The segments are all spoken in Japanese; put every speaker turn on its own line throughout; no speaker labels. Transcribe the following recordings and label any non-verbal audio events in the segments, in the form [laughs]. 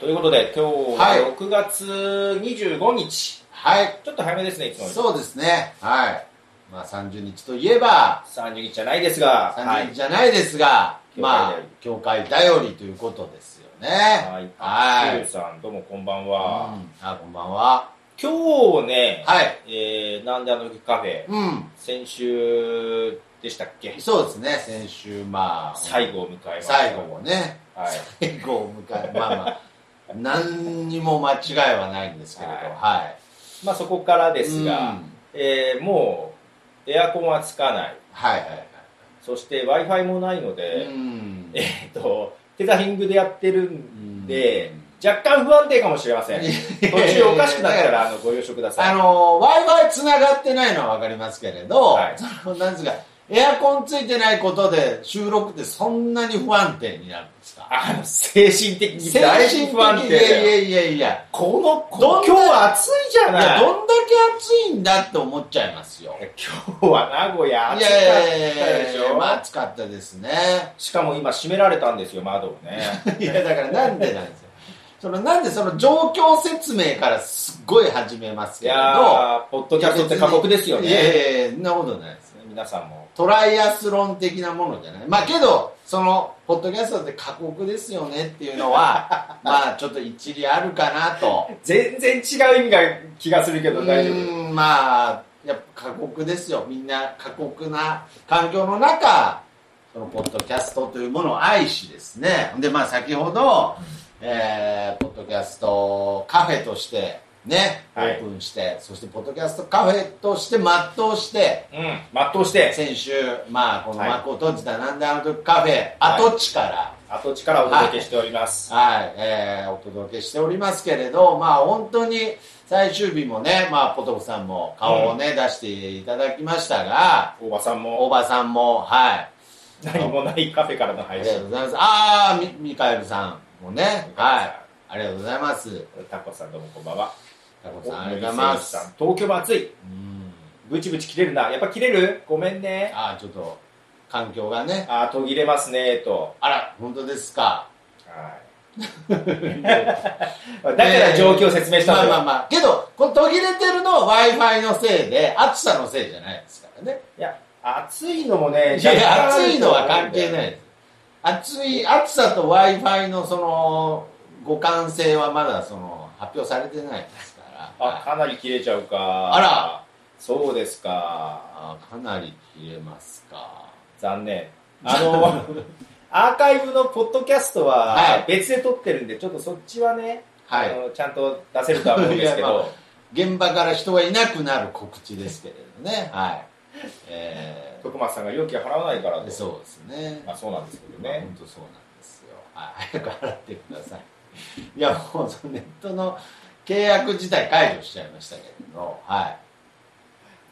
ということで、今日
はい
は6月25日、
はい。
ちょっと早めですね、いつもより。
そうですね。はい。まあ30日といえば、
30日じゃないですが、は
30日
い。
じゃないですが、
はい
まあ、教会頼りということですよね。
はい。
は
あ
い。
ゆうさん、どうもこんばんは。
うんあ、こんばんは。
今日ね、
はい。
えー、なんであの時カフェ、
うん。
先週でしたっけ
そうですね。先週、まあ、
最後を迎えました。
最後もね、
はい。
最後を迎え、まあまあ、何にも間違いはないんですけれど、
はい
は
まあそこから
い。
です
う
が、
ん
えー、もう、エアコンはつかない。
はいはいはい。
そして Wi-Fi もないので、
うん
えーっと、テザリングでやってる
うんん
で、若干不安定かもしれません。途中おかしくなったら、あの、ご了承くださ
あ
い。
の w i f i 繋がってないのはわかりますけれど、
はい
そのなんですかエアコンついてないことで収録ってそんなに不安定になるんですか
あの、精神的に
精
大
神的
不安定
い
だ
やい
よ。
やいやいや
この、こ
どんな
今日暑いじゃ
いや
ない。
どんだけ暑いんだって思っちゃいますよい
今日は名古屋
や
暑
い
かっ
やいやい
た
や
でし
いや
ょ。
まあ暑かったです
[laughs]
ね
しかも今閉められたんですよ、窓をね。
いやだからなんでなんですよそのなんでその状況説明からすっごい始めます
い
けれど
やー、ポッドキャストって過酷ですよ
いやい
ね。
やいやそんなことないです
皆さんも。
トライアスロン的なものじゃないまあけどそのポッドキャストって過酷ですよねっていう
[laughs]
のはまあちょっと一理あるかなと
全然違う意味が気がするけど大丈
う
夫。
ーんまあやっぱ過酷ですよみんな過酷な環境の中そのポッドキャストというものを愛しですねでまあ先ほど、えーポッドキャストカフェとしてねオ
はい
ープンして、そしてポッドキャストカフェとして全うして
うん、全うして、
先週、まあ、この
はい
幕を閉じたなんであの時カフェ跡地から、
後力をお届けしております。
はいえーお届けしておりますけれど、まあ、本当に最終日もね、まあ、ポトフさんも顔をね、出していただきましたが、
大場さんも
大場さんも、はい、
何もないカフェからの
あ
配
りがと
信
う。ございます。あー、みミカエルさんもね、はい、ありがとうございます。
タコさんどうもこんばんは。
タコさん、ありがとうございます。
東京も暑い。
うん、
ブチブチ切れるな。やっぱ切れるごめんね。
あー、ちょっと、環境がね、
あー、途切れますね、と。
あら、本当ですか。
はい
[laughs]
だから状況を説明したんだ
まあ
よ。
まあまあけどこの途切れてるのは w i f i のせいで暑さのせいじゃないですからね
いや、暑いのもね、
いやいや
若干あ
暑
る
いのは関係ない
い。
です暑い暑さと w i f i のその互換性はまだその発表されてないですから
あ、
はい
かなり切れちゃうか。
あら。
そうですか。
あかなり切れますか
残念。あの、 [laughs] アーカイブのポッドキャスト
は
はい別で撮ってるんで、ちょっとそっちはね、
はい
あのちゃんと出せるとは思うんですけ
いやま
ど、
現場から人がいなくなる告知ですけれどねはいえ
徳松さんが料金払わないから
ー、
と。
そうですね
まあそうなんですけど
まあ
ね。
本当そうなんですよ。はい [laughs] 早く払ってください。いや、もうそのネットの契約自体解除しちゃいましたけれど、はい。
はい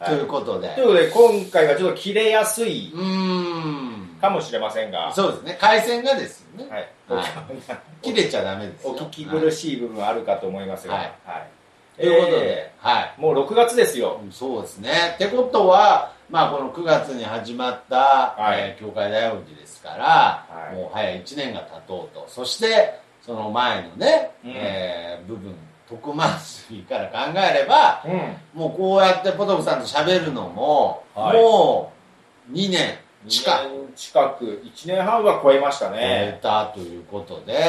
ということで、
ということで、今回はちょっと切れやすいう
ーん。
かもしれませんが、
そうですね、回線がですよね、
はい、
はい切れちゃダメですよ。
お聞き苦
し
しい部分はあるかと思いますが、
はい
はい
ということ
え
で、はい。
ーもう6月ですよ。
うんそうですね。ってことは、まあ、この9月に始まった、
はい
えー教会大王寺ですから、
はい
もう早い1年が経とうと。そして、その前のね、
うん
えー部分、特番水から考えれば、
うん、
もうこうやってポトフさんと喋るのも、
はい
もう2年近
2
く
年近く、1年半は超えました
超え
ね。
たということで、
は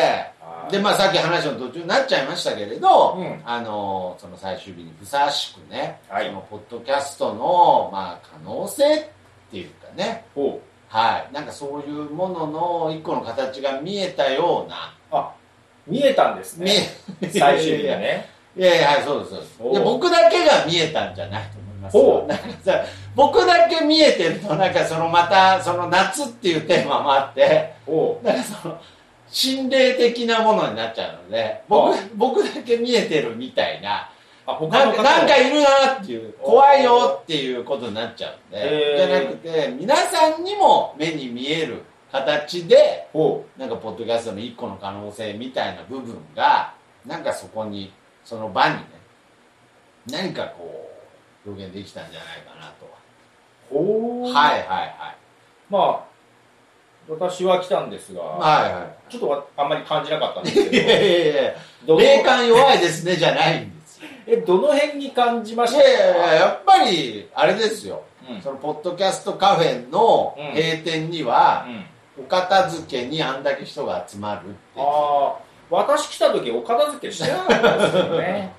い
で、まあさっき話の途中になっちゃいましたけれど、
うん
あの、その最終日にふさわしくね、
はい
そのポッドキャストの、まあ可能性っていうかね、
ほう
はい、なんかそういうものの一個の形が見えたような、
あ見えたんですね。
見え
最終日
い
が
やい
ね。
やいや、はい、そうです、そうです
おう
で。僕だけが見えたんじゃないと思います
お
よ
う。
なんかさ、僕だけ見えてると、なんかそのまた、その夏っていうテーマもあって、
おう
なんかその心霊的なものになっちゃうので僕
あ
僕だけ見えてるみたいな
あ、他
な
の
ん
方
か
も
なんかいるなっていう怖いよっていうことになっちゃうんで
へー
じゃなくて皆さんにも目に見える形で
ほ
なんかポッドキャストの一個の可能性みたいな部分がなんかそこにその場にね何かこう表現できたんじゃないかなと
う。ほう。
ははいはいはい
まあ、私は来たんですが、
はいは
ちょっとわあんまり感じなかったんです
い。い
け
やいやいや [laughs]
ど、どの
霊感弱いですねじゃないんですよ。
えどの辺に感じまし
い
たか
やいやいや、やっぱり、あれですよ。
うん
そのポッドキャストカフェの
うん
閉店には、
うん
お片付けにあんだけ人が集まるっていう
ああ私来た時お片付けしてなかったですよね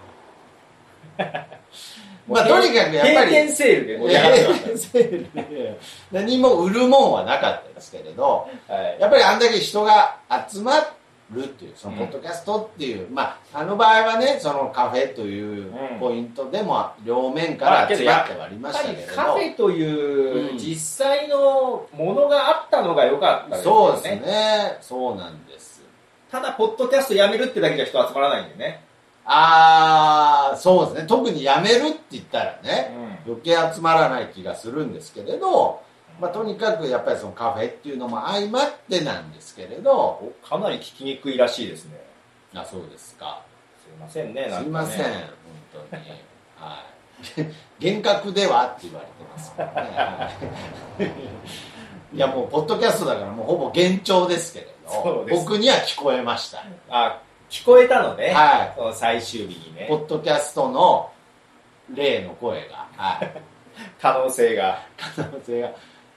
まあとに [laughs] かくやっぱり
閉店セールで盛り上がってました、
何も売るもんはなかったですけれど
はい
やっぱりあんだけ人が集まるっていうその
う
ポ
ん
ッドキャストっていう、まああの場合はねそのカフェという
うん
ポイントでも両面か
まあ
ら
けど
集まってはあり
や
ま
っ
し
ぱ
たけ
り
れど、
カフェといううん実際のものがあったのが良かったですよ
そうですねそうなんです
ただポッドキャストやめるってだけじゃ人集まらないんでね、
ああそうですね特にやめるって言ったら
う
ね
ん
余計集まらない気がするんですけれど、まあ、とにかくやっぱりそのカフェっていうのも相まってなんですけれど
おかなり聞きにくいらしいですね
あそうですか
すいませんねなんか
すい
ね
ません、本当に。はい。 [laughs] 厳格ではって言われてますからね。はいいや、もう、ポッドキャストだから、もうほぼ幻聴ですけれ
そ
ど
う、です
僕には聞こえました。
あ聞こえたのね、
は
その最終日に
い。
ね
ポッドキャストの例の声が、はい。
可能性が
可能性が。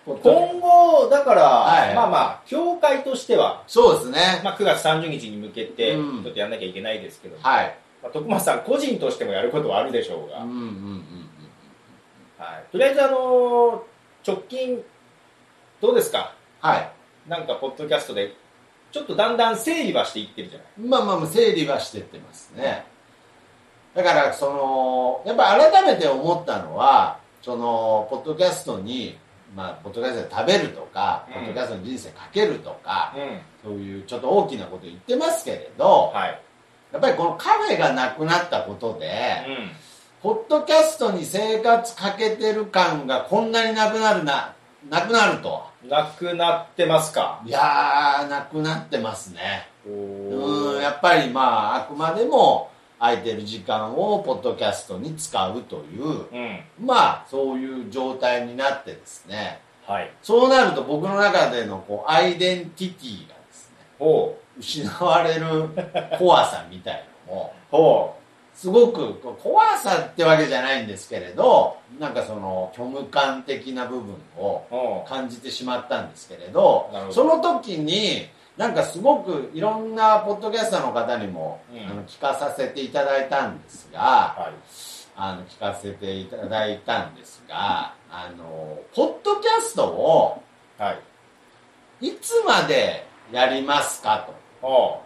ポッド
今後だから、
はい
まあまあ協会としては、
そうですね。
まあ、9月30日に向けてち
うん
ょっとやんなきゃいけないですけど、
はい。
まあ、徳松さん個人としてもやることはあるでしょうが、
うんうんうん
はい、とりあえずあのー直近どうですか
はい。
なんかポッドキャストでちょっとだんだん整理はしていってるじゃない
まあまあまあ、整理はしてってますね。だから、その、やっぱ改めて思ったのは、その、ポッドキャストに、まあ、ポッドキャストで食べるとか、
うん
ポッドキャストに人生かけるとか、
うん
そういうちょっと大きなこと言ってますけれど、
はい、
やっぱりこのカフェがなくなったことで、
うん
ポッドキャストに生活かけてる感がこんなになくなるな、なくなると。
なくなってますか
いやー、なくなってますね。
お
うん
ー
やっぱりまああくまでも空いてる時間をポッドキャストに使うという
うん
まあそういう状態になってですね
はい
そうなると僕の中でのこうアイデンティティがですね
ほう
失われる怖さみたいのも
ほ
すごくこう怖さってわけじゃないんですけれどなんかその虚無感的な部分を
うほ
感じてしまったんですけれど
なるほど
その時になんかすごくいろんなポッドキャスターの方にも、
うん
あの聞かさせていただいたんです
う
が
はい
あの聞かせていただいたんですがあのポッドキャストを
はい
いつまでやりますか
ほ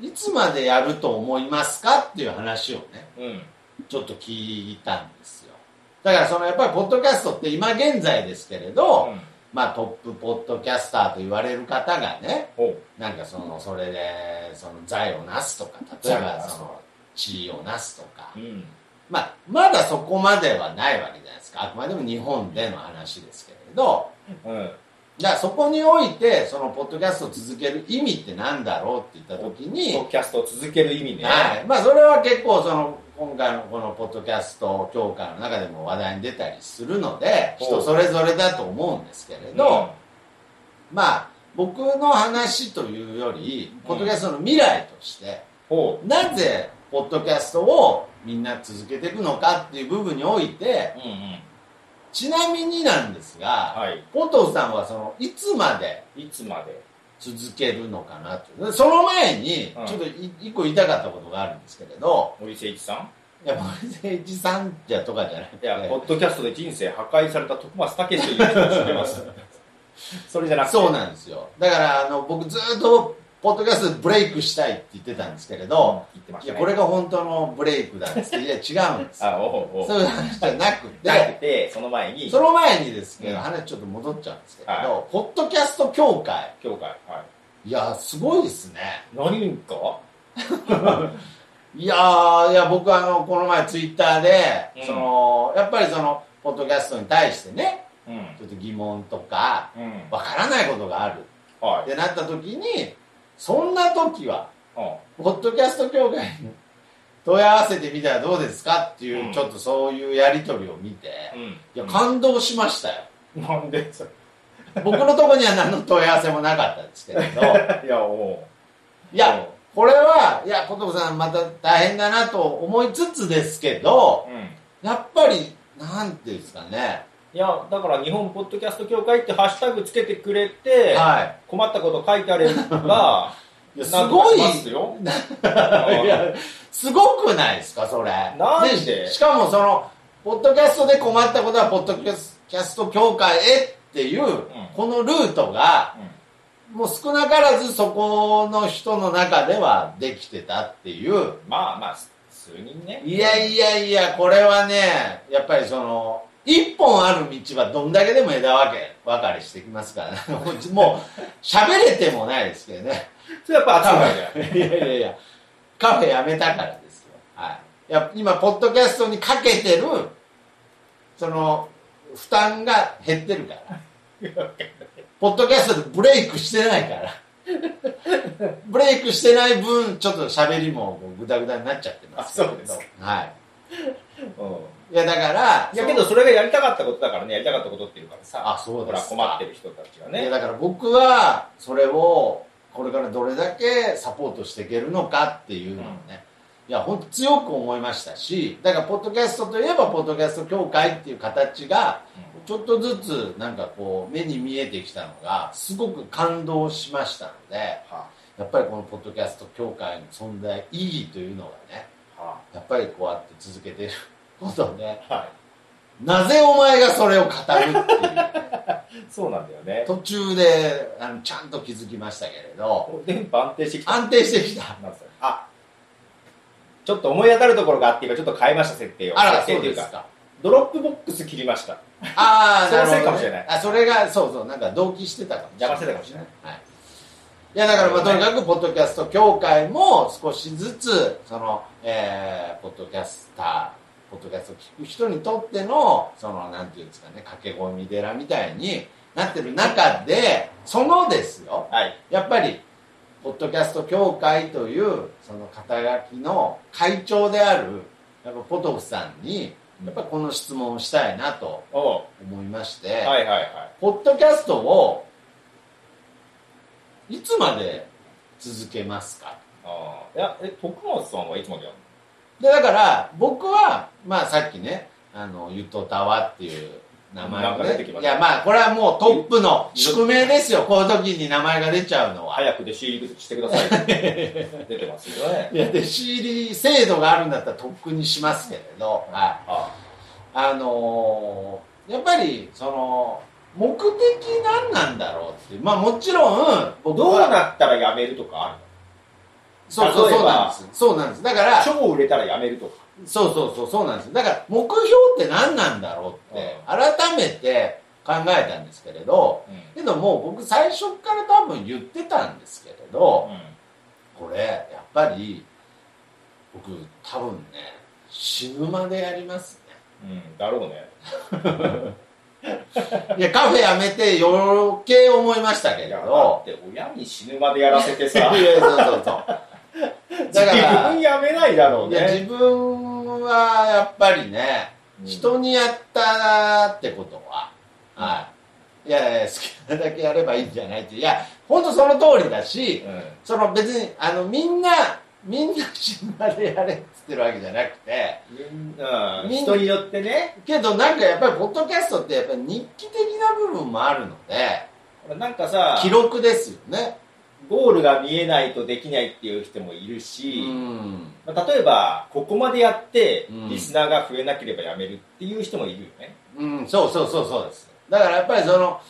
といつまでやると思いますかっていう話をね
ううん
ちょっと聞いたんですよだからそのやっぱりポッドキャストって今現在ですけれど、
うん
まあ、トップポッドキャスターと言われる方がね
ほう
なんかそのそれでその財をなすとか例え
財を
ば
成す
その地位をなすとか
う、ん
まあ、まだそこまではないわけじゃないですかあくまでも日本での話ですけれど
うん
じゃあそこにおいてそのポッドキャストを続ける意味ってなんだろうって言った時に、
ポッドキャストを続ける意味ね。
はいまあ、それは結構その今回のこのポッドキャスト協会の中でも話題に出たりするので
ほう
人それぞれだと思うんですけれど、
の、
まあ僕の話というより
ん
ポッドキャストの未来として、
ほ
なぜポッドキャストをみんな続けていくのかっていう部分において
う。うんうん。
ちなみになんですが、
はい。
ポトさんはそのいつまで
いつまで
続けるのかなというその前に
うん
ちょっとい一個言いたかったことがあるんですけれど
森誠一さん
いや森誠一さんじゃとかじゃなく
い
て
や、ポッドキャストで人生破壊された徳松武史という人を知って
[laughs]
ます。それじゃなくて。
そうなんですよだからあの僕ずっとポッドキャストでブレイクしたいって言ってたんですけれど、
言ってまし
い
た
や
ね。
これが本当のブレイクだっつっていや違うんですよ
あ、おうおう。
そういう話じゃなく
じゃな
て
くて、その前に、
その前にです
う
けど
ん
話ちょっと戻っちゃうんですけ
は
どポッドキャスト協会
協会。はい。
いやすごいですね
何か
いやーいや僕あのこの前ツイッターで、
うん
そのやっぱりそのポッドキャストに対してね
うん。
ちょっと疑問とか
うん。
わからないことがあるっ
はい。
てなった時にそんな時は
うん
ポッドキャスト協会に問い合わせてみたらどうですかっていう、
うん
ちょっとそういうやり取りを見て、
うん。
いや感動しましたよ、
なんでそれ [laughs]
僕のとこには何の問い合わせもなかったですけれど、 [laughs]
いや、も
いや、これは、いや、小藤さんまた大変だなと思いつつですけど、
う。うん。
やっぱり、なんていうんですかね。
いや、だから日本ポッドキャスト協会ってハッシュタグつけてくれて、
は
困ったこと書いてあれば、
い。いやす
なんと
ご
か
い
し、ますよ。
いやすごくないですか、それ。
なんで
ししかもその、ポッドキャストで困ったことは、ポッドキャスト協会へっていう、このルートが、もう少なからずそこの人の中ではできてたっていう。
[laughs] まあまあ、数人ね。
いやいやいや、これはね、やっぱりその、一本ある道はどんだけでも枝分け、分かれしてきますからね。 [laughs] もう、喋れてもないですけどね。
それやっぱ頭じゃん。
いやいやいや、カフェやめたからですよ。はい。いや、今、ポッドキャストにかけてる、その、負担が減ってるから。ポッドキャストでブレイクしてないから。ブレイクしてない分、ちょっと喋りもこうグダグダになっちゃってますけれど
あそうです。
はい。
うん
いや、だから、
いやけどそれがやりたかったことだからね、やりたかったことっていうからさ、
あそうですか
ほら困ってる人たちが
いや
ね。
だから僕はそれをこれからどれだけサポートしていけるのかっていうのをね、いや本当強く思いましたしだからポッドキャストといえばポッドキャスト協会っていう形がちょっとずつなんかこう目に見えてきたのがすごく感動しましたので
は
やっぱりこのポッドキャスト協会の存在意義というのがね
は
やっぱりこうやって続けてることをね
は
なぜお前がそれを語るっていう。
い。そうなんだよね。
途中であのちゃんと気づきましたけれど
電波安定してきた。
安定してきた
なんすよあちょっと思い当たるところがあって今ちょっと変えました設定を。
あら
設定
そ
っ
う
てい
です
か
か
ドロップボックス切りました。
ああなるほ
[laughs] そうせいかもし
ど
れな
ね
い
あそれがそうそうなんか同期してたかも
邪魔してたかもしれない
はい、いやだからまあとにかくポッドキャスト協会も少しずつその、えーポッドキャスターポッドキャストを聞く人にとってのそのなんていうんですかね駆け込み寺みたいになってる中でそのですよ
はい。
やっぱり、ポッドキャスト協会という、その肩書きの会長である、やっぱポトフさんに、やっぱこの質問をしたいなと
おう
思いまして、
はいはいは
ポッドキャストを、いつまで続けますか
い。あーいや、え、徳本さんはいつまでやる
で、だから、僕は、まあさっきね、あの、ゆとたわっていう名前
なん
を
か出てきま
い
した
や、まあこれはもうトップの宿命ですよ、この時に名前が出ちゃうの
の
は。
早く弟子入りしてくだ
[laughs]
さいって出てますよね。
いや、弟子入り制度があるんだったらとっくにしますけれど、はい
あ
あのーやっぱり、その、目的何なんだろうって、まあもちろん、僕
どう
は、
なったらやめるとかある
そうそう
例えば
そうなんです。そうなんです。だから、そう
超売れたらやめるとか。
そうそう、そうなんです。だから、目標って何なんだろうって、改めて考えたんですけれど、けどもう僕最初から多分言ってたんですけれど、これやっぱり僕多分ね死ぬまでやります
うん、うん、だろうね。
ねいやカフェやめて余計思いましたけ
い
れ
や、だ
ど
って親に死ぬまでやらせて
[laughs] い
さ
や、いやそうそうそうだか
自
ら
分やめないだろう
いや
ね。
自分はやっぱりね、人にやったってことは、はいいやいや好きなだけやればいいんじゃないっていや本当その通りだし、
うん、
その別にあのみんなみんな死ぬまでやれっつってるわけじゃなくて
うんうん
みん
人によってね、
けどなんかやっぱりポッドキャストってやっぱり日記的な部分もあるので
なんかさ、
記録ですよね
ゴールが見えないとできないっていう人もいる
う
し、
ん
まあ例えば、ここまでやって
うん、
リスナーが増えなければやめるっていう人もいるよね。
うんそうそうそうそうですだからやっぱりその、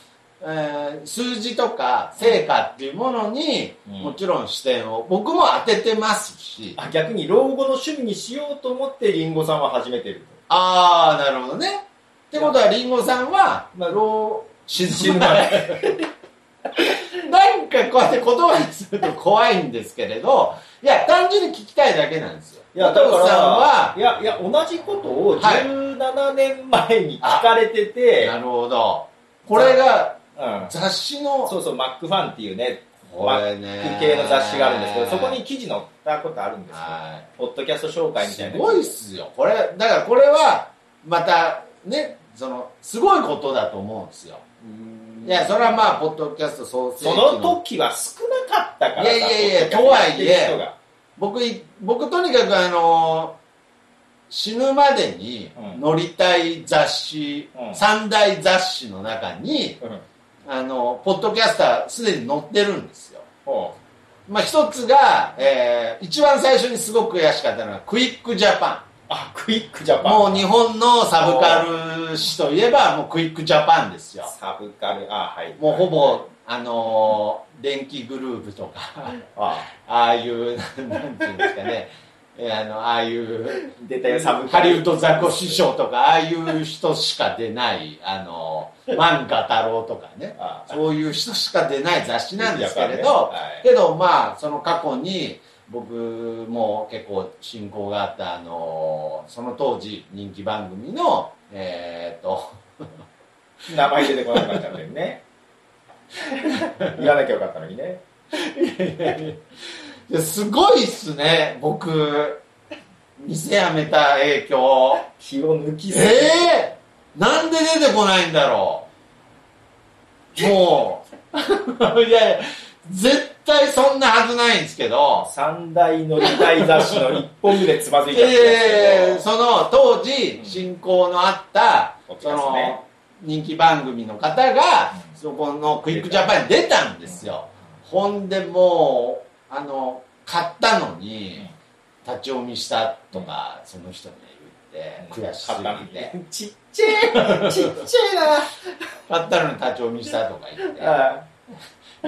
えー数字とか成果っていうものに
うん
もちろん視点を僕も当ててますし、
あ逆に、老後の趣味にしようと思って、リンゴさんは始めてる。
ああなるほどねってことはりんごさんは
まあ
老
死ぬ
沈む
まで。
なんかこうやって言葉にすると怖いんですけれどいや単純に聞きたいだけなんですよ
いや、だ
お
か
父さんは
ら、いや、いや、同じことを17年前に聞かれてて、
なるほど。これが
うん
雑誌の、
そうそう、マックファンっていうね、
これね
系の雑誌があるんですけど、そこに記事載ったことあるんですよ。
は
ポッドキャスト紹
い。
介みた
す
いな。
ごいっすよ。これ、だからこれは、また、ね、その、すごいことだと思うんですよ。
うん
いや、それはまあ、ポッドキャスト創成期
その時は少なかったからさ
いやいやいや
ポッドキャストやってる人が
僕い、僕とにかくあのー死ぬまでに
うん
乗りたい雑誌、
うん
三大雑誌の中に、
うん
あの、ポッドキャスターすでに載ってるんですよ。
ほ
まあ、一つが、えー一番最初にすごく悔しかったのが、クイックジャパ
うあクイックジャ
ン。
パン
もう日本のサブカル誌といえば、もうクイックジャパンですよ。
サブカルあはい
もうほぼ、あのー電気グループとか、
あ
ああいう、なんなんていうんですかね、えーあの、ああいう、
出たよサブ
ハ
カ
リ
ル
ウッドザコ師匠とか、ああいう人しか出ない、
[laughs]
あの、漫画太郎とかね、
あ
そういう人しか出ない雑誌なんですけれ
やっ
ど
ぱねはい、
けどまあ、その過去に、僕も結構親交があった、あの、その当時人気番組の、えーっと、 [laughs]
名前出てこなくなっちゃったよね言わなきゃよかったのにね
いやすごいっすね、僕、店辞めた影響。
気を抜きすぎ
ええなんで出てこないんだろうもう [laughs] いやいや絶対そんなはずないんですけど
三大乗りたい雑誌の一本目でつまずいちゃったん
え
で
ー
す
その当時
うん
親交のあった、
ポッドキ
そ
ャストね
の人気番組の方が、
うん
そこのクイックジャパンに出たんですよ、ほんでもうあの買ったのに、立ち読みしたとか、その人に言って
けど
悔しすぎて
買ったのちっちゃいちっち
買ったのに立ち読みしたとか言って
ゃいな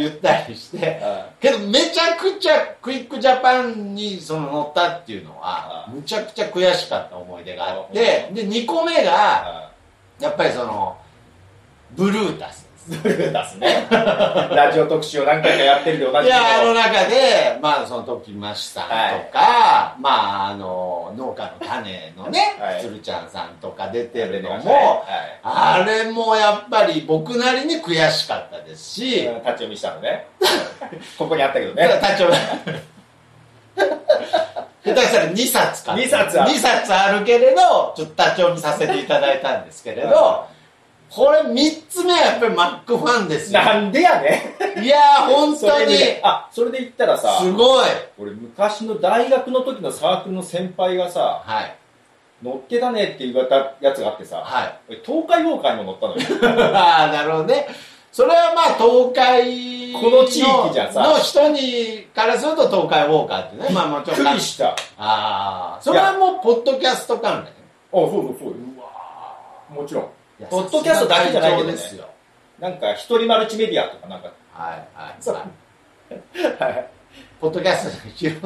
言ったりして
あ
けどめちゃくちゃクイックジャパンにその乗ったっていうのは
ああ
むちゃくちゃ悔しかった思い出があっ
なる
てで2個目
あ
が
あ
やっぱりそのブルータスです
ブルータス
[laughs]
ねラジオ特集を何回かやってるでおなじ
い
みの
やあの中でまあその時ましたとか、まああの農家の種のね、
はい
鶴ちゃんさんとか出て
やって
る
る
の
の
も、
も
あれもやっぱり僕なりに悔しかったですし、
立ち読みしたのねここにあったけど
だから
ね
立ち読み下手したら2冊か
二冊ある
二冊あるけれどちょっと立ち読みさせていただいたんですけれどこれ3つ目はやっぱりマックファンで
[laughs]
すよ
なんでやね
いやー本
そ
当
れ
に
であそれで言ったらさ
すごい
俺昔の大学の時のサークルの先輩がさ
はい
乗ってたねって言われたやつがあってさ
はい [laughs]
俺東海ウォーカーにも乗った [laughs] のよ
ああなるほどねそれはまあ東海
この地域じゃさ
の人にからすると東海ウォーカーってねまあもち
びっ
ろん
くりしたあ
ああそれはもうポッドキャスト関連
そうそうそうもちろん
いや
ポッドキャストだけじゃないけどね
さすが会長ですよ
なんか一人マルチメディアとかなんか
はいはい
そう
はいポッドキャストの広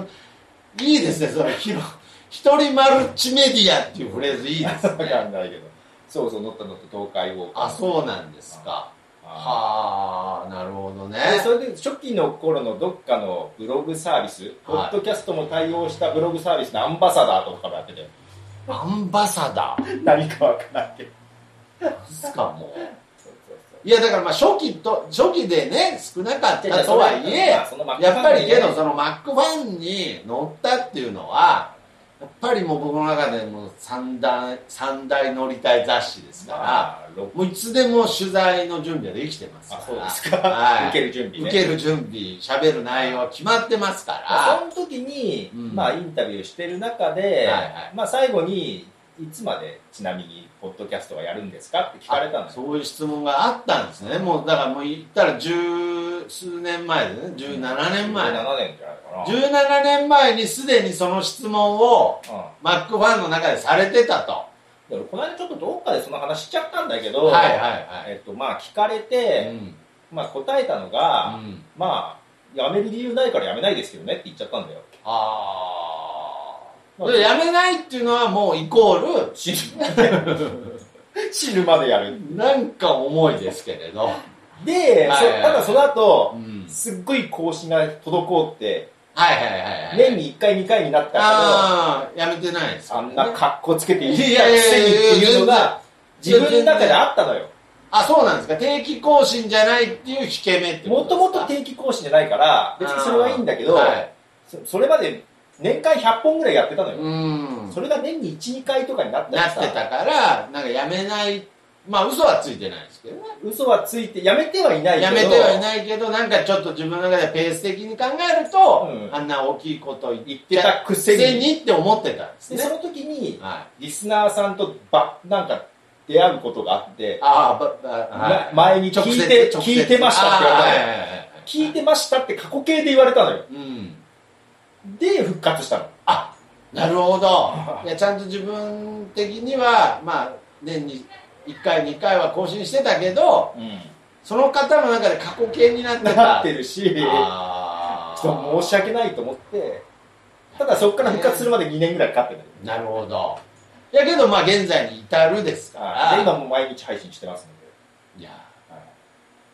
いいですねその広一人マルチメディアっていうフレーズいいです
わ
ね
かんないけどそうそう乗った乗った東海ウォーカー
あそうなんですか
あ
はあなるほどね
ーでそれで初期の頃のどっかのブログサービス、ポッドキャストも対応したブログサービスのアンバサダーとかもやってて
アンバサダー
何かわからんけど
ですかもう
そうそうそう
いやだからまあ初期と初期でね少なかったとはいえ
そのマックファン
やっぱりけど
ね
そのマックファンに乗ったっていうのはやっぱりもう僕の中でもう三大三大乗りたい雑誌ですから
あーロック
もういつでも取材の準備はできてますから
あそうですか、
はい
受ける準備ね
受ける準備喋る内容は決まってますか
まあ
ら
その時に、
うん
まあ、インタビューしてる中で、
はいはい
まあ、最後にいつまでちなみにポッドキャストはやるんですかって聞かれたんですよ
そういう質問があったんですねもうだからもう言ったら十数年前ですね17
17年じ
年前
ゃないかな、
17年前にすでにその質問を
うん
マックファンの中でされてたとは
で俺この間ちょっとどっかでその話しちゃったんだけ
い
ど、
はいはい
えっとまあ、聞かれ
う
て、
ん
まあ、答えたの
う
が、
ん
まあやめる理由ないからやめないですけどねって言っちゃったんだよ、
あ
ま
あ
あ
でやめないっていうのはもうイコール
死ぬまで死ぬまでやる
なんか重いですけれど、
で、
はいはいはい
そただその後、
ん
すっごい更新が滞って
はいはいはいはい
年に1回2回になったけど
ああ、やめてないです
あ
よね
んな格好つけていい
い
く
やいやいや
せにっていうのが
全
自
然
分の中であったのよ
あ、そうなんですか。定期更新じゃないっていう引け目ってこ
も
と
ともと
ですか
定期更新じゃないから別にそれはいいんだけど、
はい、
そそれまで年間100本ぐらいやってたの
う
よ、
ーん。
それが年に12回とかになった
な
ら
っ
さ
てたから、なんかやめないまあ、嘘はついてないですけどね。
嘘はついてやめてはいないけ
や
ど
めてはいないけど、なんかちょっと自分の中でペース的に考えると、
うん
あんな大きいこと言
言
っ
ってたくせに
にって思ってたんです
で
ね
そ。の時に
はい、
リスナーさんとばなんか出会うことがあって、
ああ、ばばはい
ま前に聞いて
直接
聞いてましたって言われたのよ
ああはいはいはい
聞いてましたって過去形で言われたのよ
うん。
で復活したの
あなるほどいやちゃんと自分的にはまあ年に1回2回は更新してたけどその方の中で過去形になってた
なってるし
あー
ちょっと申し訳ないと思ってただそこから復活するまで2年ぐらいかかってた
なるほどいやけどまあ現在に至るですか
で
ら
今もう毎日配信してますので
いや
は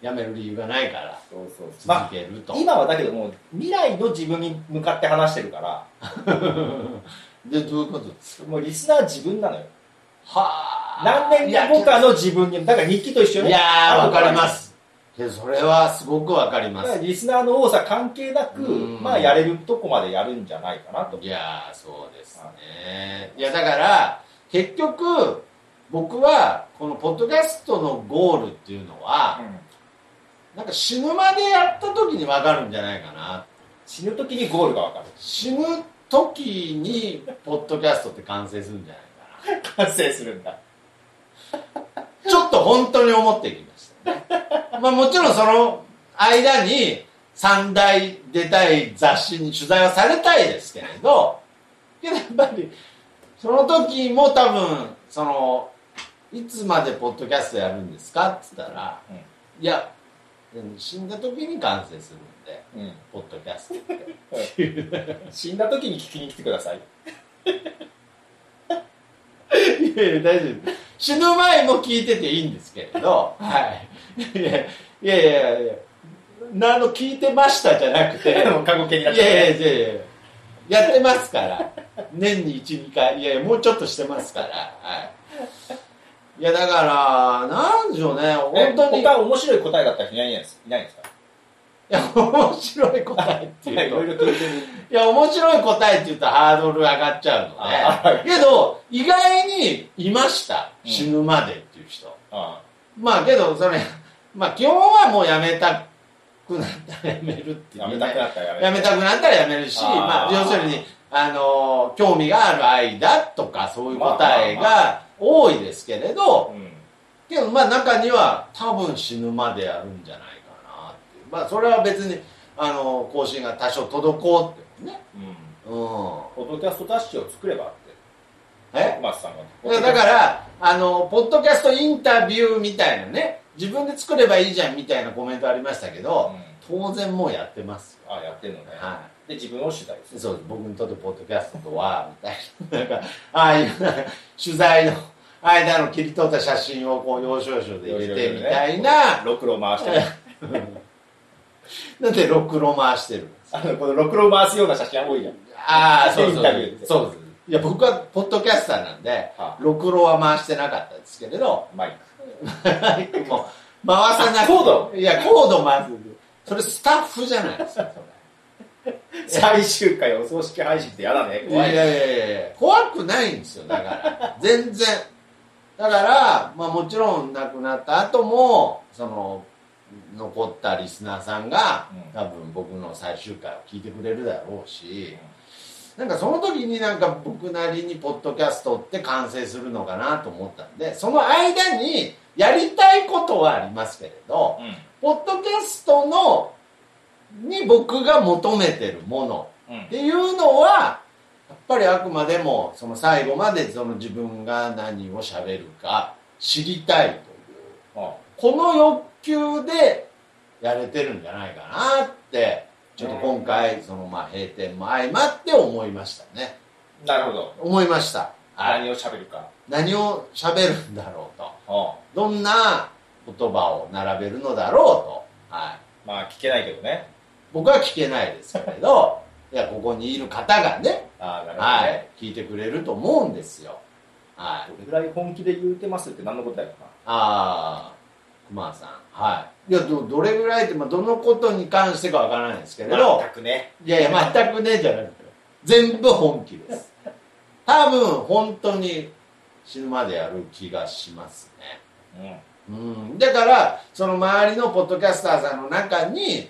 い
やめる理由がないから
そうそうそうま
続けると、
あ今はだけどもう未来の自分に向かって話してるから
でどういうことですか
もうリスナー自分なのよ
はあ
何年後かの自分にだから日記と一緒
い
ね
やーわかりま
あ
すけどそれはすごくわかり
だ
ま
か
す
らリスナーの多さ関係なく
うん
まあやれるとこまでやるんじゃないかなと
いやーそうですねいやだから結局僕はこのポッドキャストのゴールっていうのは
うん
なんか死ぬまでやった時に分かるんじゃないかな
死ぬ時にゴールが分かる
死ぬ時にポッドキャストって完成するんじゃないか
完成するんだ
なちょっと本当に思ってきました、ね、
[laughs]
まあもちろんその間に三大出たい雑誌に取材はされたいですけれどけどやっぱりその時も多分そのいつまでポッドキャストやるんですかって言ったら、
うん
いや死んだ時に完成するんでポッドキャストって
死んだ時に聞きに来てください
いやいや、大丈夫。死ぬ前も聞いてていいんですけれど、はい。いやいやいやいや、なあの、聞いてましたじゃなくて、いやい
もう過去形にな
や
っ
い
ちゃう
やいやいややってますから、年に1、2回、いやいや、もうちょっとしてますから、はい。いや、だから、なんでしょうね、
え
本当に、い
他面白い答えだった人いないんですいないんですか
や、面白い答えっていう
い
と
ろいろ聞いてる
いや、面白い答えって言うとハードル上がっちゃうのね。けど、意外にいました。
うん
死ぬまでっていう人。
あ
まあけど、それ、 [laughs] まあ基本はもうやめたくなったらやめるって
あ
いう
や
ね、
めたくなったらやめ
やめたくなったらやめるし、
あー
まあ要するに、あのー興味がある間とかそういう答え
まあ
が多いですけれど、
うん
けどまあ中には多分死ぬまでやるんじゃないかなっていう。まあそれは別に、あのー更新が多少滞ってもね。
うん
うん。
ポッドキャストダッシュを作ればって
え
マスさんが
いやだからあのポッドキャストインタビューみたいなね自分で作ればいいじゃんみたいなコメントありましたけど、当然もうやってますよ
あやってるのね、
は
で自分を取材す
い
る
そうです僕にとってポッドキャストとはみたいななんかああいうなんか取材の間の切り取った写真をこう要所要所で入れてみたいな、
ろくろ回してる
なんでろくろ回してるんですか
あのこのろくろ回すような写真は多いじゃん
ああそうそ
イン
う
タビューで
そうですいや僕はポッドキャスターなんで
は
ろくろは回してなかったですけれど
マイ
マイク [laughs] も回さなくて
あコード
いやコードまずそれスタッフじゃないですか
ク最終回お葬式配信ってやだね
それい
怖
やい
い
やいやいや怖くないんですよだから全然だから、まあ、もちろん亡くなった後もその残ったリスナーさんが
うん
多分僕の最終回を聞いてくれるだろうしなんかその時になんか僕なりにポッドキャストって完成するのかなと思ったんでその間にやりたいことはありますけれど、ポッドキャストのに僕が求めてるもの
うんうん
っていうのはやっぱりあくまでもその最後までその自分が何を喋るか知りたいという
あ
この欲求でやれてるんじゃないかなってちょっと今回そのまあ閉店も相まって思いましたね
なるほど
思いました、はい、
何を喋るか
何を喋るんだろうと
あ
どんな言葉を並べるのだろうとはい
まあ聞けないけどね
僕は聞けないですけれどいやここにいる方がね、
ああなるほど
は
ね
い、聞いてくれると思うんですよはい
どれぐらい本気で言うてますって何のことやろうな
ああ熊さんはいいやどどれぐらいって、まあ、どのことに関してかわからないですけれど
全くね
いやいや全くねじゃなくて全部本気です多分本当に死ぬまでやる気がしますねうん、だからその周りのポッドキャスターさんの中に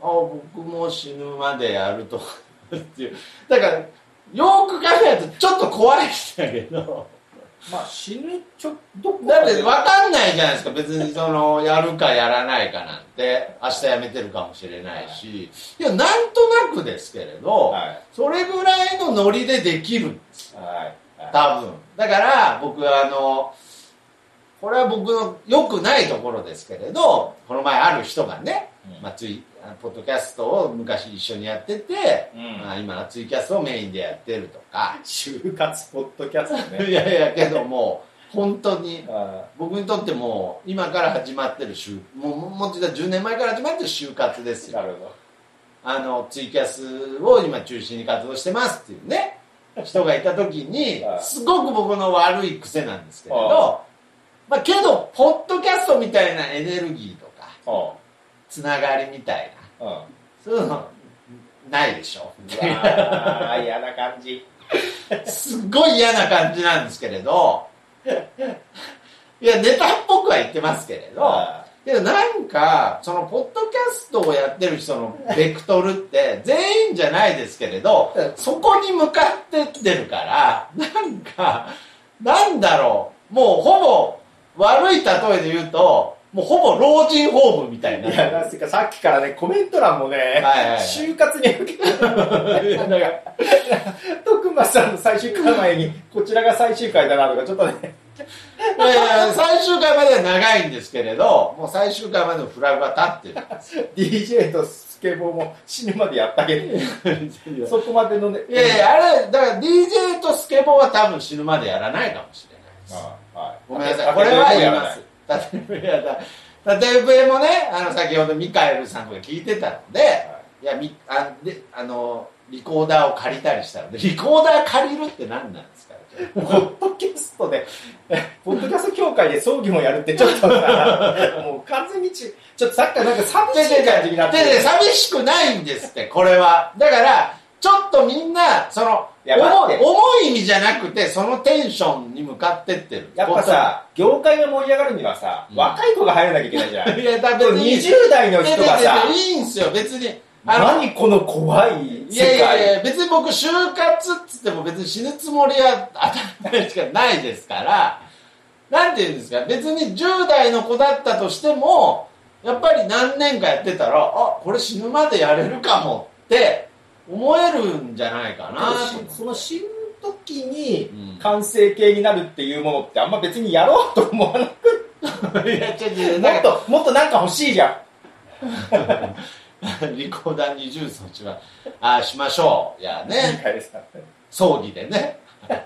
あ僕も死ぬまでやるとかっていうだからよーく考えるとちょっと怖いんだけど
まあ死ぬちょどこ
だ
か
って
で
分かんないじゃないですか別にそのやるかやらないかなんて明日やめてるかもしれないしいやなんとなくですけれど、
はい
それぐらいのノリでできるんです
はいはい
多分だから僕はあのこれは僕の良くないところですけれどこの前ある人がね、
うん
まあ、ツイあのポッドキャストを昔一緒にやってて、
うん
まあ、今はツイキャストをメインでやってるとか
就活ポッドキャスト
い
ね
やいやけども本当に
あ
僕にとってもう今から始まってる就もうもうもう10年前から始まってる就活です
ー
よ
なるほど
あのツイキャスを今中心に活動してますっていうね人がいた時に
はい
すごく僕の悪い癖なんですけれど
は
まあけどポッドキャストみたいなエネルギーとか
あ
つながりみたいな
あうん
そういうのないでしょ
うわー嫌な感じ
すっごい嫌な感じなんですけれどいやネタっぽくは言ってますけれど
あ
けどなんかそのポッドキャストをやってる人のベクトルって全員じゃないですけれどそこに向かってってるからなんかなんだろうもうほぼ悪い例えで言うともうほぼ老人ホームみたい
ー
ない
やなんていうかさっきからねコメント欄もね、
はいはい
就活に向けて
なんか
徳間さんの最終回前にこちらが最終回だなとかちょっとね
いやいや最終回までは長いんですけれどもう最終回までのフラグが立ってる
DJ とスケボーも死ぬまでやったけどそこまでのね
いやいやあれだから DJ とスケボーは多分死ぬまでやらないかもしれないです
ああはい
ごめんなさい、これは言います。例えば、例えばもね、あの、先ほどミカエルさんとか聞いてたので、い、や、み、あ、で、あの、リコーダーを借りたりしたので、リコーダー借りるって何なんですか
ポッドキャストで、 [laughs] ポッドキャスト協会で葬儀もやるって、ちょっと
[laughs]
さ、もう完全にち、ちょっとさっきからなんか寂しい感じになって
でで
る。
寂しくないんですって、これは。だから、ちょっとみんな、その、
いや待
重
っ
い
て
重い意味じゃなくて、そのテンションに向かってってる。
やっぱさ、業界が盛り上がるにはさ、
うん
若い子が入らなきゃいけないじゃん。
いや、だ別に、
20代の人がさ
で、ででいいんすよ、別に。あの
何この怖い
い
世
やいやい
界。
や、別に僕、就活っつっても別に死ぬつもりは当たり前しかないですから、なんていうんですか、別に10代の子だったとしても、やっぱり何年かやってたら、あ、これ死ぬまでやれるかもって思えるんじゃないかなと思って
その死ぬ時に
うん
完成形になるっていうものってあんま別にやろうと思わない。
いや、ちょっと違う、
も
な
っ
んか、
と、もっと [laughs] なんか欲しいじゃん。
[laughs] リコーダー二重奏しは、あ、しましょう。いやね。
いいですか
葬儀でね [laughs]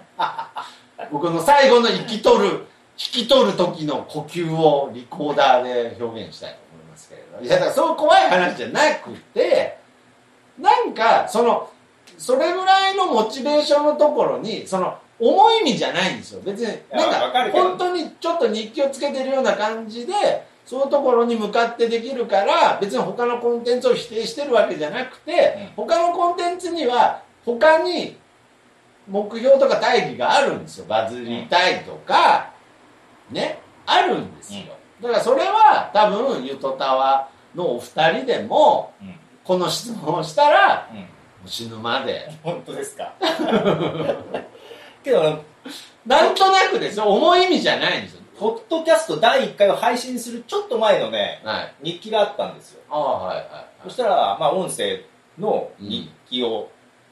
僕の最後の生きとる引き取る時の呼吸をリコーダーで表現したいと思いますけれどいやだからそう怖い話じゃなくてなんかそのそれぐらいのモチベーションのところにその重い意味じゃないんですよ別に
や
な
わか
んか
るけど
本当にちょっと日記をつけてるような感じでそういうところに向かってできるから別に他のコンテンツを否定してるわけじゃなくて、他のコンテンツには他に目標とか大義があるんですよバズりたいとか、ねあるんですよ、だからそれは多分ゆとたわのお二人でも
うん。
この質問をしたら
うん。
もう死ぬまで
本当ですかけど
なんとなくですよ重い意味じゃないんですよ
ポッドキャスト第1回を配信するちょっと前のね
はい
日記があったんですよ
ああはいはい
そしたら、まあ、音声の日記を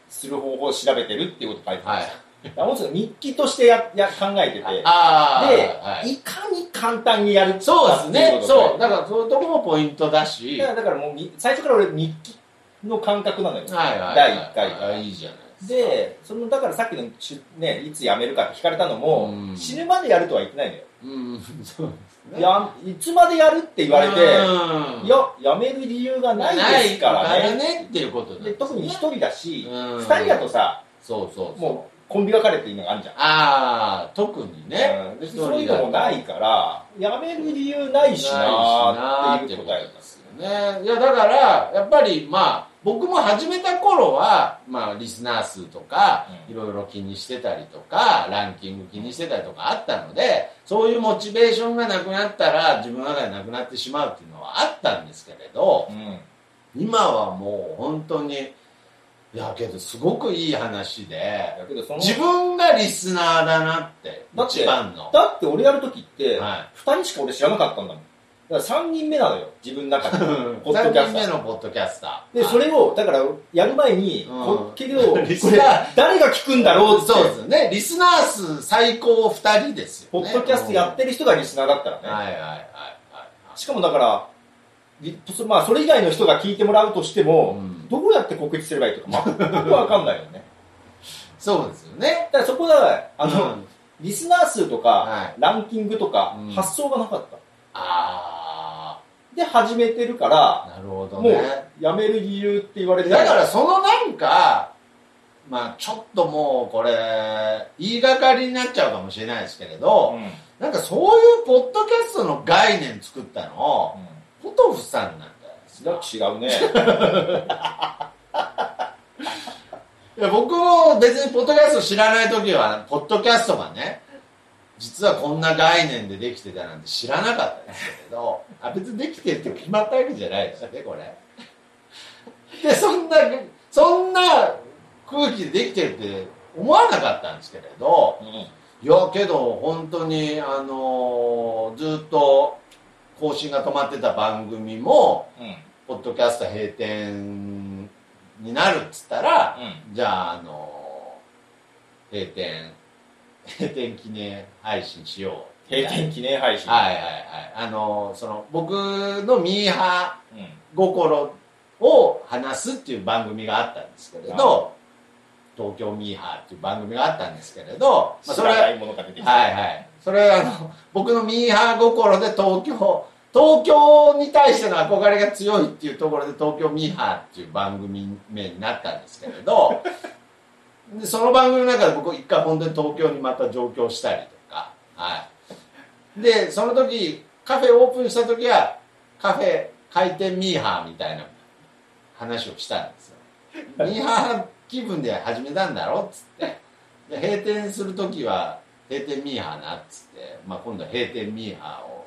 する方法を調べてるっていうこと書いてたん
は
です
い
よ、だから音声の日記としてやや考えててで、
ああはい
い、かに簡単にやるかってい
そうですね
こと
そうだからそういうとこもポイントだし
だからだからもうに最初から俺日記の感覚なのよ
はいはい
第一回
はいいいじゃないですか
でそのだからさっきのし、ね、いつ辞めるかって聞かれたのも、
うん
死ぬまでやるとは言ってないのよ
うんそうですね
やいつまでやるって言われて、
うん
いや、辞める理由がないですからね。
ねっていうこと
で特に一人だし、
うん
二人だとさ、
そうそうそう
もうコンビ別れっていうのがあるじゃん。
ああ特にね
うんでそういうのもないから、辞める理由ない
ない
し
し
な
な
ー
ー
っ
ってて
いう
こ
ことだ
と
よ
で。すよねいやだからやっぱりまあ僕も始めた頃は、まあ、リスナー数とか、
う
いろいろ気にしてたりとか、ランキング気にしてたりとかあったので、そういうモチベーションがなくなったら、自分の中でなくなってしまうっていうのはあったんですけれど、
うん
今はもう本当に、いや、けどすごくいい話で、
だけどその
自分がリスナーだなって、
だって
一番の。
だって俺やる時って、
は
2人しか俺知らなかったんだもんだから3人目なのよ自分の
[laughs]
中でポッド
3
キャスタ
人目
ー
のポッドキャスター。
でそれをだからやる前に、
うん
こっけ
[laughs]
りを
リ
こ
スナー
れ誰が聞くんだろうって
そうですね。リスナー数最高2人です
ポ
よね。
ッドキャストやってる人がリスナーだったらね、
はいはいはいはいはい。
しかもだからりそまあ、それ以外の人が聞いてもらうとしても、
うん
どうやって告知すればいいとか全く
[laughs]
分かんないよね
そうですよね。
だからそこだからあの、
うん
リスナー数とか、
はい
ランキングとか、
うん
発想がなかった
あ
で始めてるから
あ、なるほど
もう
ね。
やめる理由って言われて
だからそのなんか、まあちょっともうこれ、言いがかりになっちゃうかもしれないですけれど、
うん
なんかそういうポッドキャストの概念作ったの、ポトフさんなんじゃないです
いや
か。
違う [laughs] ね
いや僕も別にポッドキャスト知らない時は、ポッドキャストがね、実はこんな概念でできてたなんて知らなかったですけれど、あ、別にできてって決まったわけじゃないですよね、これ。で、そんな、そんな空気でできてるって思わなかったんですけれど、いや、けど本当に、あのーずっと更新が止まってた番組も、
うんうん
ポッドキャスト閉店になるっつったら、じゃあ、あの閉店、 [laughs] 閉店記念配信しよう。
閉店記念配信、
はいはいはい。あのその、僕のミーハー
うん
心を話すっていう番組があったんですけれど、東京ミーハーっていう番組があったんですけれど、ま
知
あ、それ
ら
は、
ないものが出てきた、
はいはい。それはあの、僕のミーハー心で東京、東京に対しての憧れが強いっていうところで東京ミーハーっていう番組名になったんですけれど、 [laughs] でその番組の中で僕一回本当に東京にまた上京したりとか、はい。で、その時、カフェオープンした時は、カフェ開店ミーハーみたいな話をしたんですよ。ミーハー気分で始めたんだろっつって。で閉店する時は閉店ミーハーなっつって、まあ、今度は閉店ミーハーを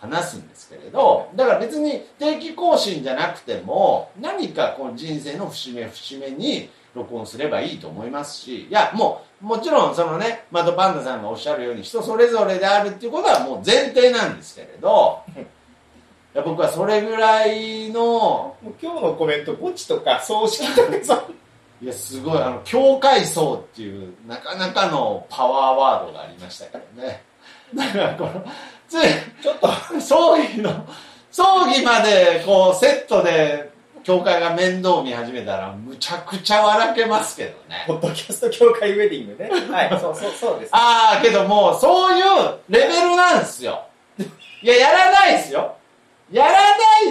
話すんですけれどだから別に定期更新じゃなくても何かこう人生の節目節目に録音すればいいと思いますしいやもうもちろんそのねマドパンダさんがおっしゃるように人それぞれであるっていうことはもう前提なんですけれどいや僕はそれぐらいの
もう今日のコメントゴチとか葬式とかさ
いやすごいあの境界層っていうなかなかのパワーワードがありましたけどねだからこのつい
ちょっと
葬儀の葬儀までこうセットで教会が面倒見始めたらむちゃくちゃ笑けますけど
ポ
ね
ッドキャスト協会ウェディングね [laughs] はいそうそうそうです
ああけどもうそういうレベルなんですよいややらないですよやらな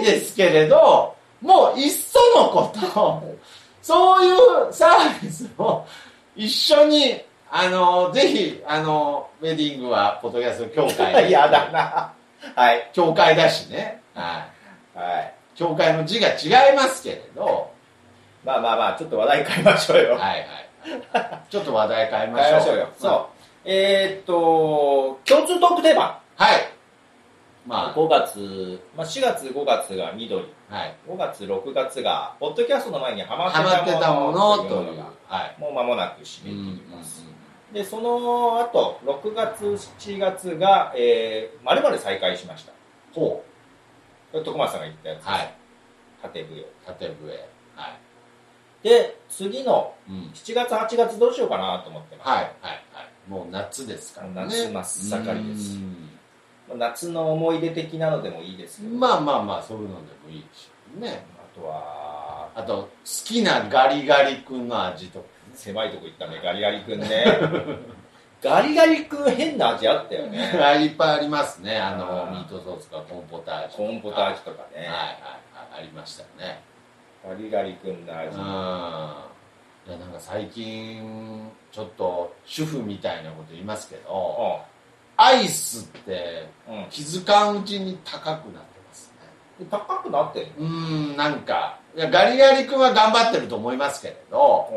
いですけれどもういっそのことそういうサービスを一緒にあのぜひあのウェディングはポッドキャスト協会で
[laughs] やだなはい
教会だしね、はい、
はい
教会の字が違いますけれど、
まあまあまあちょっと話題変えましょうよ、
はいはい。ちょっと話題変えましょう。
変えましょうよ、そうえー、っと共通トークテーマ、
はい。ま
5月、まあ、4月5月が緑
あ、はい。
5月6月がポッドキャストの前にハマ
ハマっ
ってて
た
たも
もの
の
と
という
い
の
う
が。
はい。
もう間もなく締め
うんうんう
切
ん
ります、でその後6月7月がまるまる再開しました
ほ
これ徳松さんが言ったやつ、
う。はい。
縦笛
縦笛。はい。
で次の
うん。
7月8月どうしようかなと思ってます、
はい。はい。はい。もう夏ですからね。
夏真っ盛りです
うん
夏の思い出的なのでもいいですけど、
まあまあまあ、そういうのでもいいでしょうね。
あとは
あと、好きなガリガリ君の味とか。
狭いとこ行ったねガリガリ君ね [laughs] ガリガリ君変な味あったよね
[laughs] いっぱいありますね。あ
あ
の、
ー
ミートソースとかコーンポタージュとか。
コーンポタージュとかね、
はいはいはい。ありましたね。
ガリガリ君の
うん
味、
いやなんか最近ちょっと主婦みたいなこと言いますけど
う
アイスって
んうん
気づかんうちに高くなってます
で
ね
高くなってる
うーんなんかいやガリガリ君は頑張ってると思いますけれど、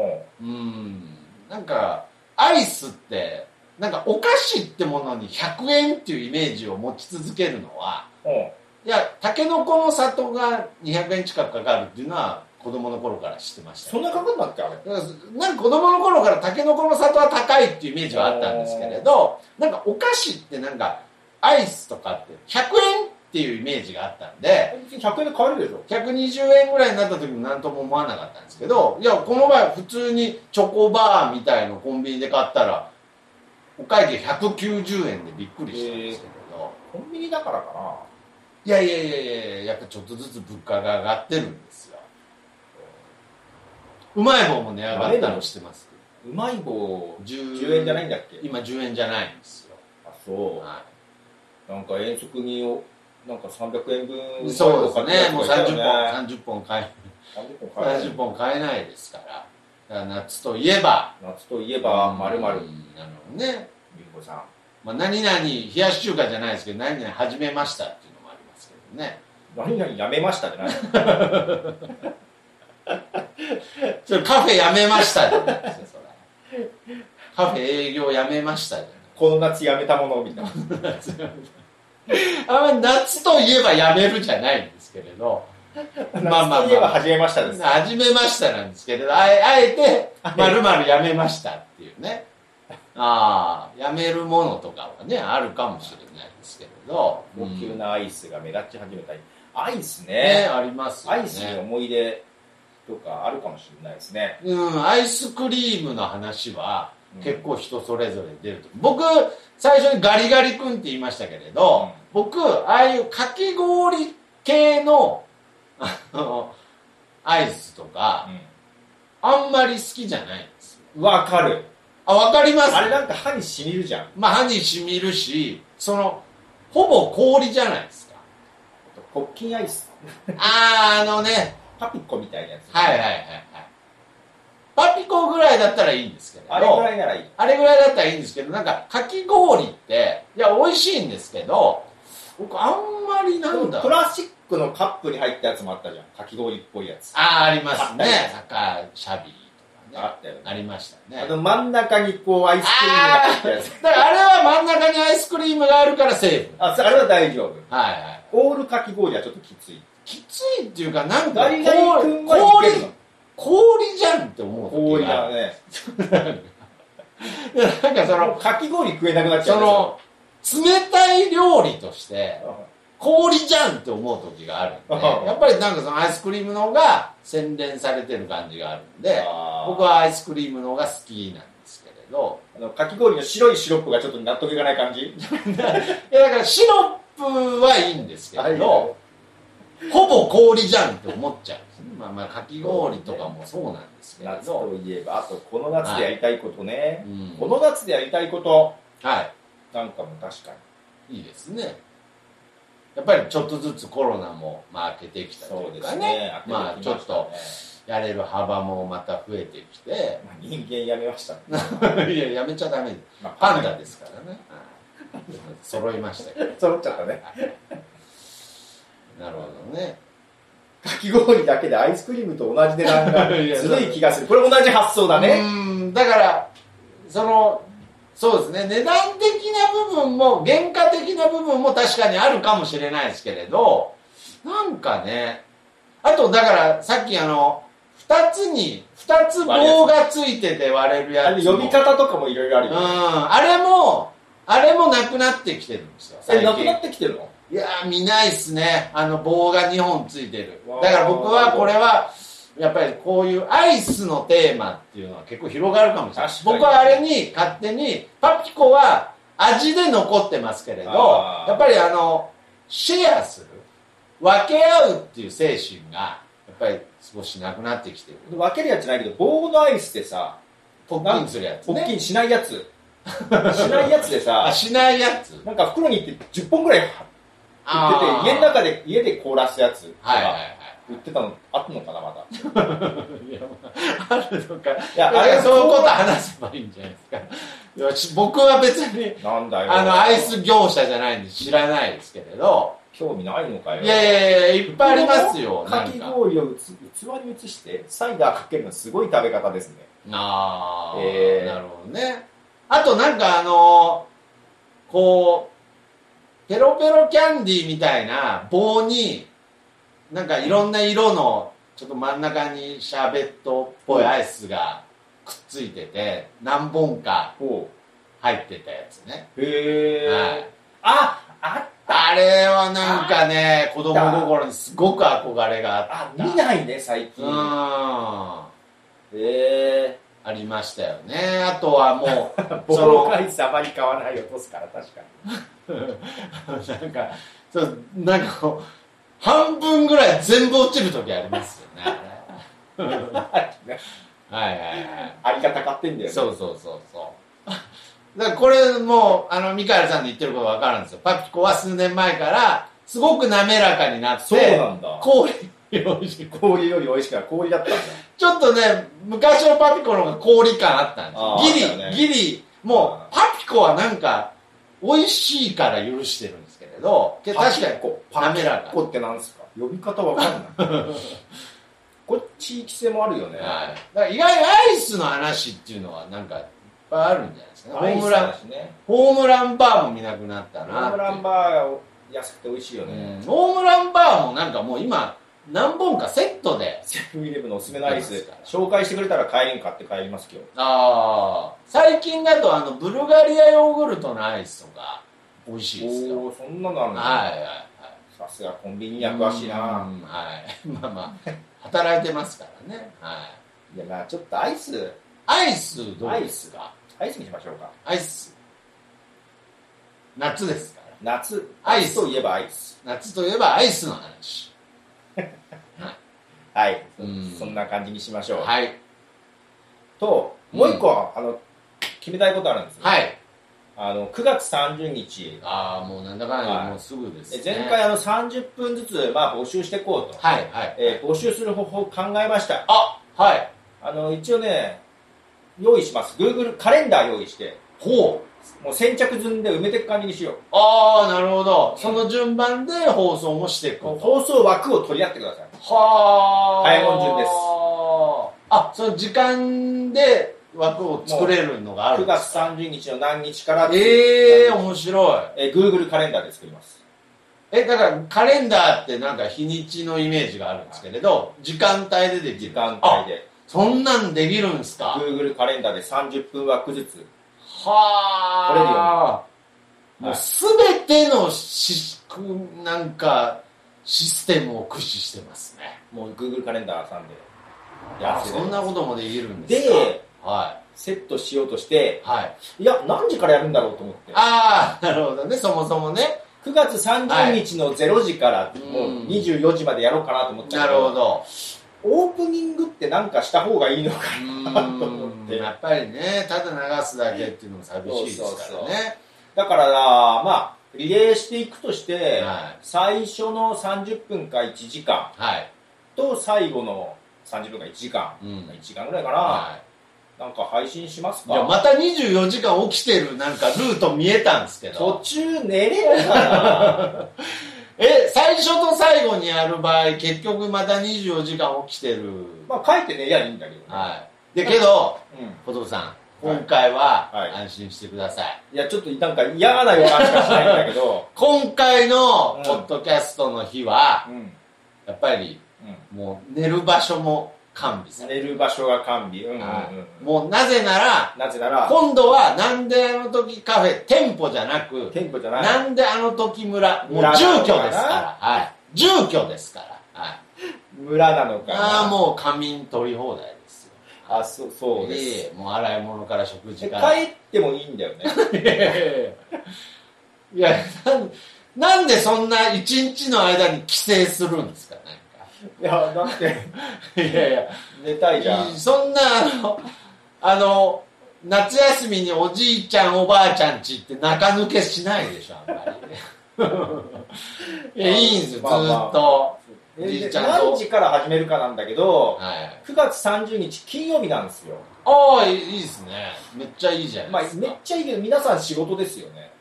うん
うん、なんか、アイスって、なんかお菓子ってものに100円っていうイメージを持ち続けるのは、
うん
いや、タケノコの里が200円近くかかるっていうのは子供の頃から知ってました
そんなかかんだっけあれ
だからなんか子供の頃からタケノコの里は高いっていうイメージはあったんですけれどなんかお菓子ってなんかアイスとかって100円っていうイメージがあったんで
100円で買えるでしょ
120円ぐらいになった時も何とも思わなかったんですけどいやこの前普通にチョコバーみたいのコンビニで買ったらお会計190円でびっくりしたんですけれど、
コンビニだからかない
やいやいやいややっぱちょっとずつ物価が上がってるんですようまい方も値上がったのしてます
うまい棒
10
10円じゃないんだっけ
今10円じゃないんですよ、
あそ
は
うなんか遠足にをなんか300円分
い、そうですねもう
買って
30
きた
本
よね
30本買
30
え
本買える
30本買えないですからだから夏といえば
夏といえばまるまる
うんなのね、
りんごさん
まあ、何々冷やし中華じゃないですけど何々始めましたっていうのもありますけどね
何々やめましたじゃない
それカフェやめましたじゃないですかそれカフェ営業やめましたじゃない
この夏やめたものみたいな
あんま夏といえばやめるじゃないんですけれど [laughs] まあまあまあ
夏といえば始めましたです
始めましたなんですけれどあえあえてまるまるやめましたっていうねああやめるものとかはねあるかもしれないですけれど
高級
うんね
なアイスが目立ち始めたりアイスね
ありますよ
ア
ね
イスに思い出とかあるかもしれないですね
うんアイスクリームの話は
うん
結構人それぞれ出ると、僕最初にガリガリ君って言いましたけれど、
うん
僕ああいうかき氷系のあのアイスとかあんまり好きじゃないんですよ
うんわかる
あわかります
あれなんか歯にしみるじゃん
まあ、歯にしみるし、その、ほぼ氷じゃないで
[laughs]
すか。
黒金アイス
あー、あのね、
パピコみたいなやつ
はいはいはいはい。パピコぐらいだったらいいんですけれど、
あれぐらいならいい
あれぐらいだったらいいんですけど、なんか、かき氷って、いや、美味しいんですけど、僕、あんまりなんだ
プラスチックのカップに入ったやつもあったじゃんかき氷っぽいやつ
あー、ありますね
あ。
坂、シャビーとか
あ
ね。
ったよね
ありましたね。
あの真ん中にこうアイスクリームが入ったやつ
だから、あれは真ん中にアイスクリームがあるからセーフ。
あそあれは大丈夫
はいはい。
オールかき氷はちょっときつい
きついっていうか、なんか
ガリガリ君は
氷
いけるの、
氷じゃんって思う時
氷だ
が
ね
いやなんかその
かき氷食えなくなっちゃ
そうの冷たい料理として氷じゃんって思う時があるんで
うん
やっぱりなんかそのアイスクリームの方が洗練されてる感じがあるんで
あー
僕はアイスクリームの方が好きなんですけれど
あのかき氷の白いシロップがちょっと納得いかない感じ
いやだからシロップはいいんですけれどほぼ氷じゃんって思っちゃうんですねまあまあかき氷とかもそうなんですけれ
夏
ど
といえばあとこの夏でやりたいことね、
うん
この夏でやりたいこと
は
なんかも確かに
いいいですねやっぱりちょっとずつコロナもまあ明けてきたというかねまあちょっとやれる幅もまた増えてき
[laughs]
て
まあ人間やめましたね、
いややめちゃダメ
まあ
パンダですからねはい揃いましたけど
揃っちゃったね
なるほどね
かき氷だけでアイスクリームと同じ値段が
いや
ずるい気がするこれ同じ発想だね、
うんだからそのそうですね値段的な部分も原価的な部分も確かにあるかもしれないですけれどなんかねあとだからさっきあの2つに2つ棒がついてて割れる
あ
や
れ
つも
呼び方とかもいろいろある
うん、
よ、ね
あれも、あれもなくなってきてるんですよ、
え
最
なくな
近
っ。てきてるの
いやー、見ないっすね。あの棒が2本ついてる
わ。ー
だから僕はこれは、やっぱりこういうアイスのテーマっていうのは結構広がるかもしれない
確。かに
僕はあれに勝手に、パピコは味で残ってますけれど
あ、ー
やっぱりあの、シェアする、分け合うっていう精神が、やっぱり少しなくなってきてる。
分けるやつじゃないけど棒のアイスでさ
ポッキンするやつ
ポッキ
ね。
ンしないや
[laughs]
つしないやつで
あ、
さ
しないやつ。
なんか袋に入って10本ぐらい入ってて家の中で家で凍らすやつとか
はいはい [laughs] はい。
売ってたのあったのかなまだ
いやまああるのか。い
や
や、あ
あれ
[laughs] そういうこと話せばいいんじゃないですか。いやし僕は別に、
なんだよ
あの、アイス業者じゃないんで知らないですけれど、
興味ないのかよ。
いやいやいや、いっぱいありますよ。
か
なん
き
か。
氷をうつ器に移して、サイダーかけるのすごい食べ方ですね。
ああ、
えー
なるほどね。あとなんかあのーこう、ペロペロキャンディーみたいな棒に、なんかいろんな色の、ちょっと真ん中にシャーベットっぽいアイスがくっついてて、何本か
お
入ってたやつね。
へえ、
はい
あ、あ、
あれはなんかね、子供心にすごく憧れがあ
あ
っ、た。
見ないね、最近。
うん。
へえ
ありましたよね。あとはも
ー。
う、 [laughs] その
ボ、ーイさまに買わない落とすから、確かに。
なんか、そうなんかこう、半分ぐらい全部落ちる時ありますよね。
[laughs]
はいはいは
ありがたかってんだよね。
い。そうそうそうそう。だからこれもう、あの、ミカエルさんの言ってることわかるんですよ。パピコは数年前から、すごく滑らかになって、
そうなんだ。
氷を美味しい
氷より美味しくない氷だったんだ。
ちょっとね、昔のパピコの方が氷感あった
あ
ん
ー
です
あったよ
よ。
ね
ギリ、ギリ、もう、パピコはなんか、美味しいから許してるんですけれど、け確かにこう、滑らか。
こってなんですか呼び方わかんない。
[laughs]
これ地域性もあるよね。
はい。だから意外にアイスの話っていうのはなんかいっぱいあるんじゃないですかね。ホームラン、
ン、ね、
ホームランバーも見なくなった
ホ
な
ー
っ
ム
ていう。
ランバーを安くて美味しいよ
うん
ね。
ホームランバーもなんかもう今、何本かセットで。
セブンイレブンのおすすめのアイ
そう
ス
ですか、
紹介してくれたら帰りに買って帰りますけど。
ああ。最近だとあの、ブルガリアヨーグルトのアイスとか、美味しいですよ。
おーそんなのあるんだ
はいはいはい。
さすがコンビニには詳しいな。
うんはい。 [laughs] まあまあ、働いてますからね。はい。
いや、まあちょっとアイス、
アイスどうですか
アイスにしましょうか。
アイス。夏ですから。
夏、
ア
ア
イ
イ
ス
スといえばアイス。
夏といえばアイスの話。
はい、
うん
そんな感じにしましょう。
はい。
と、もう一個、あの、決めたいことあるんですよ。
はい。
あの、9月30日、
ああ、もうなんだかんだ、
はい
もうすぐです、
え
ね。
前回あの30分ずつ、まあ募集していこうと。
はいはい。
えー募集する方法を考えました。
あはい。
あの、一応ね、用意します。Google カレンダー用意して、
ほう。
もう先着順で埋めていく感じにしよう。
ああ、なるほど。その順番で放送もしていくと。
放送枠を取り合ってください。
はあ。
早いもん順です
あ、その時間で枠を作れるのがある
9
んです
月30日の何日から、
ええー、面白い。
えー Google カレンダーで作ります。
え、だからカレンダーってなんか日にちのイメージがあるんですけれど、時間帯ででき
時
る。
間
あ
帯で、
そんなんできるんですか
Google カレンダーで30分枠ずつ、
はあ。
取れるように
もうすべてのし、なんか、システムを駆使してますね。
もう Google カレンダーさんでや
あ
らせて
そんなこともできるんですか
で、
は
セットしようとして
い。、はい。
いや、何時からやるんだろうと思って。
ああ、なるほどね。そもそもね。
9月30日の0時から、
い
もう
うん
24時までやろうかなと思った
なるほど。
オープニングってなんかした方がいいのか
う
と思っ
ーん
て
やっぱりね、ただ流すだけっていうのも寂しいですからね。
[laughs] だからまあリレーしていくとして、
はい
最初の30分か1時間
はい。
と最後の30分か1時間、
うん
1時間ぐらいかな、
はい
なんか配信します
いや、
か
また24時間起きてるなんかルート見えたんですけ
途
ど。
中寝れる
[laughs]
か
え、最初と最後にやる場合、結局また24時間起きてる。
なまあ書いて寝りゃいいんだけどね、
はい。で、けど、
うん
小藤さん、
はい
今回
はい
は安心してください。
いやちょっとなんか嫌な予感しかしないんだけど
今回の
うん
ポッドキャストの日 [laughs] は、
うん、
やっぱり
う
もう寝る場所も完備さ
ん、
れ
寝る場所が完備、うんうんう
る。
ん
はいもうなぜなら、
なぜなら
今度はなんであの時カフェ、店舗じゃなく、
店舗じゃない
なんであの時村、もう
村な
住居
の
です
かな
から。はい。住居ですから。はい。
村なのかな
ああ、もう仮眠取り放題ですよ。
あそうそうです、
ええもう洗い物から食事
え
から。
帰ってもいいんだよね
いやいやい [laughs] やいやなん、なんでそんな一日の間に帰省するんですか、なん
[laughs] いやだって
か。いやいや。
寝たいじゃん
そんな、あの、あの、夏休みにおじいちゃん、おばあちゃんちって中抜けしないでしょ、あんま [laughs] りね。いや、いいんですよ、
まあまあ
ずっと。
え
じい
で
ちゃんと
何時から始めるかなんだけど
はい。
9月30日金曜日なんですよ
ああ、いいですね。めっちゃいいじゃ
ま
な
あ
いですか。
めっちゃいいけど皆さん仕事ですよね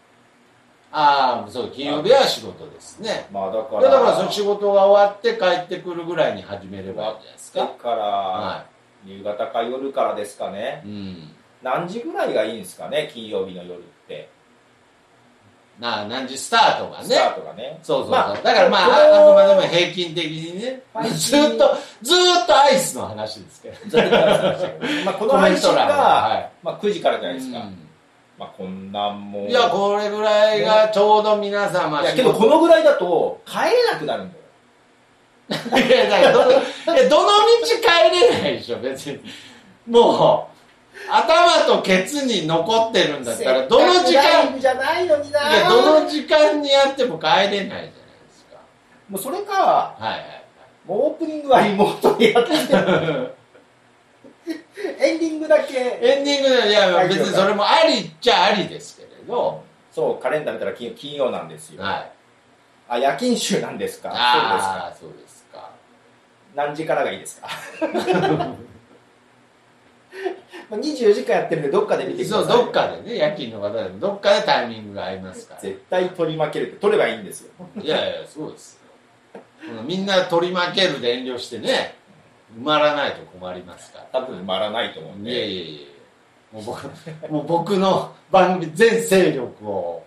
ああ、そう、金曜日は仕事ですね。
まあだか
だ
ら、
から、その仕事が終わって帰ってくるぐらいに始めればいいんじゃないです
だ
か。
から、
は
夕方か夜からですかね。
い。うん。
何時ぐらいがいいんですかね、金曜日の夜って。
なあ、何時スタートが
ス
ね
タ。ートがね。
そうそうそう、
まあ
だからまあ、
これ
あ
を
あくまでも平均的にね、
配
ず
信
っと、ずっとアイスの話ですけど。
[laughs] まあこの配信
コメント欄も
が、
はい
まあ9時からじゃないですか。
う
まあこんなんも
ん
う。
いや、これぐらいがちょうど皆様、
いやけどこのぐらいだと帰れなくなるんだよ。
の、いや、だからどの、いやどの道帰れないでしょ、別に。もう、頭とケツに残ってるんだったら、どの時
ライ
間、
ブじゃないのにない
や、どの時間にやっても帰れないじゃないですか。
もうそれか、
はいはい。
もうオープニングは妹でやってて、エンディングだけ。
エンディングで、いや、別にそれもありっちゃありですけれど、
そう、カレンダー見たら金金曜なんですよ。
はい。
あ、夜勤週なんですか。そうですか。
ああ、そうですか。
何時からがいいですか。 [laughs] まあ24時間やってるんで、どっかで見てくださ
そ
い。
う、どっ。かでね、夜勤の方でも、どっかでタイミングが合いますから。
絶対取り負けるって、取ればいいんですよ。
いやいや、そうですよ。このみんな取り負けるで遠慮してね、埋まらないと困りますから。
多分埋まらないと思うん
いや
で。
いやいやもう僕、もう僕の番組全勢力を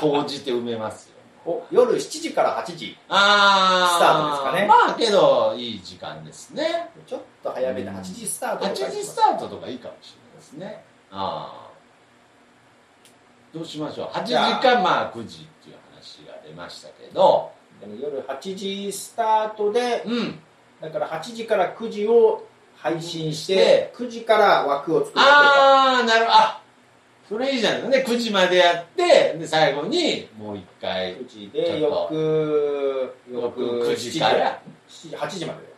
投じて埋めますよ。
お夜7時から8時。
[laughs] あー、
スタートですかね
まあけど、いい時間ですね。
ちょっと早めで8時スタート
8
とか
時スタートとかいいかもしれないですねああどうしましょう8時
じゃあ
かまあ9時っていう話が出ましたけど
でも夜8時スタートで、
うん
だから8時から9時を配信して、9時から枠を作って
ああなるあそれいいじゃないですかね9時までやってで最後にもう一回
9時
ちょっ
で、
と
翌、翌
9
7
時から
7時、8時までだよ。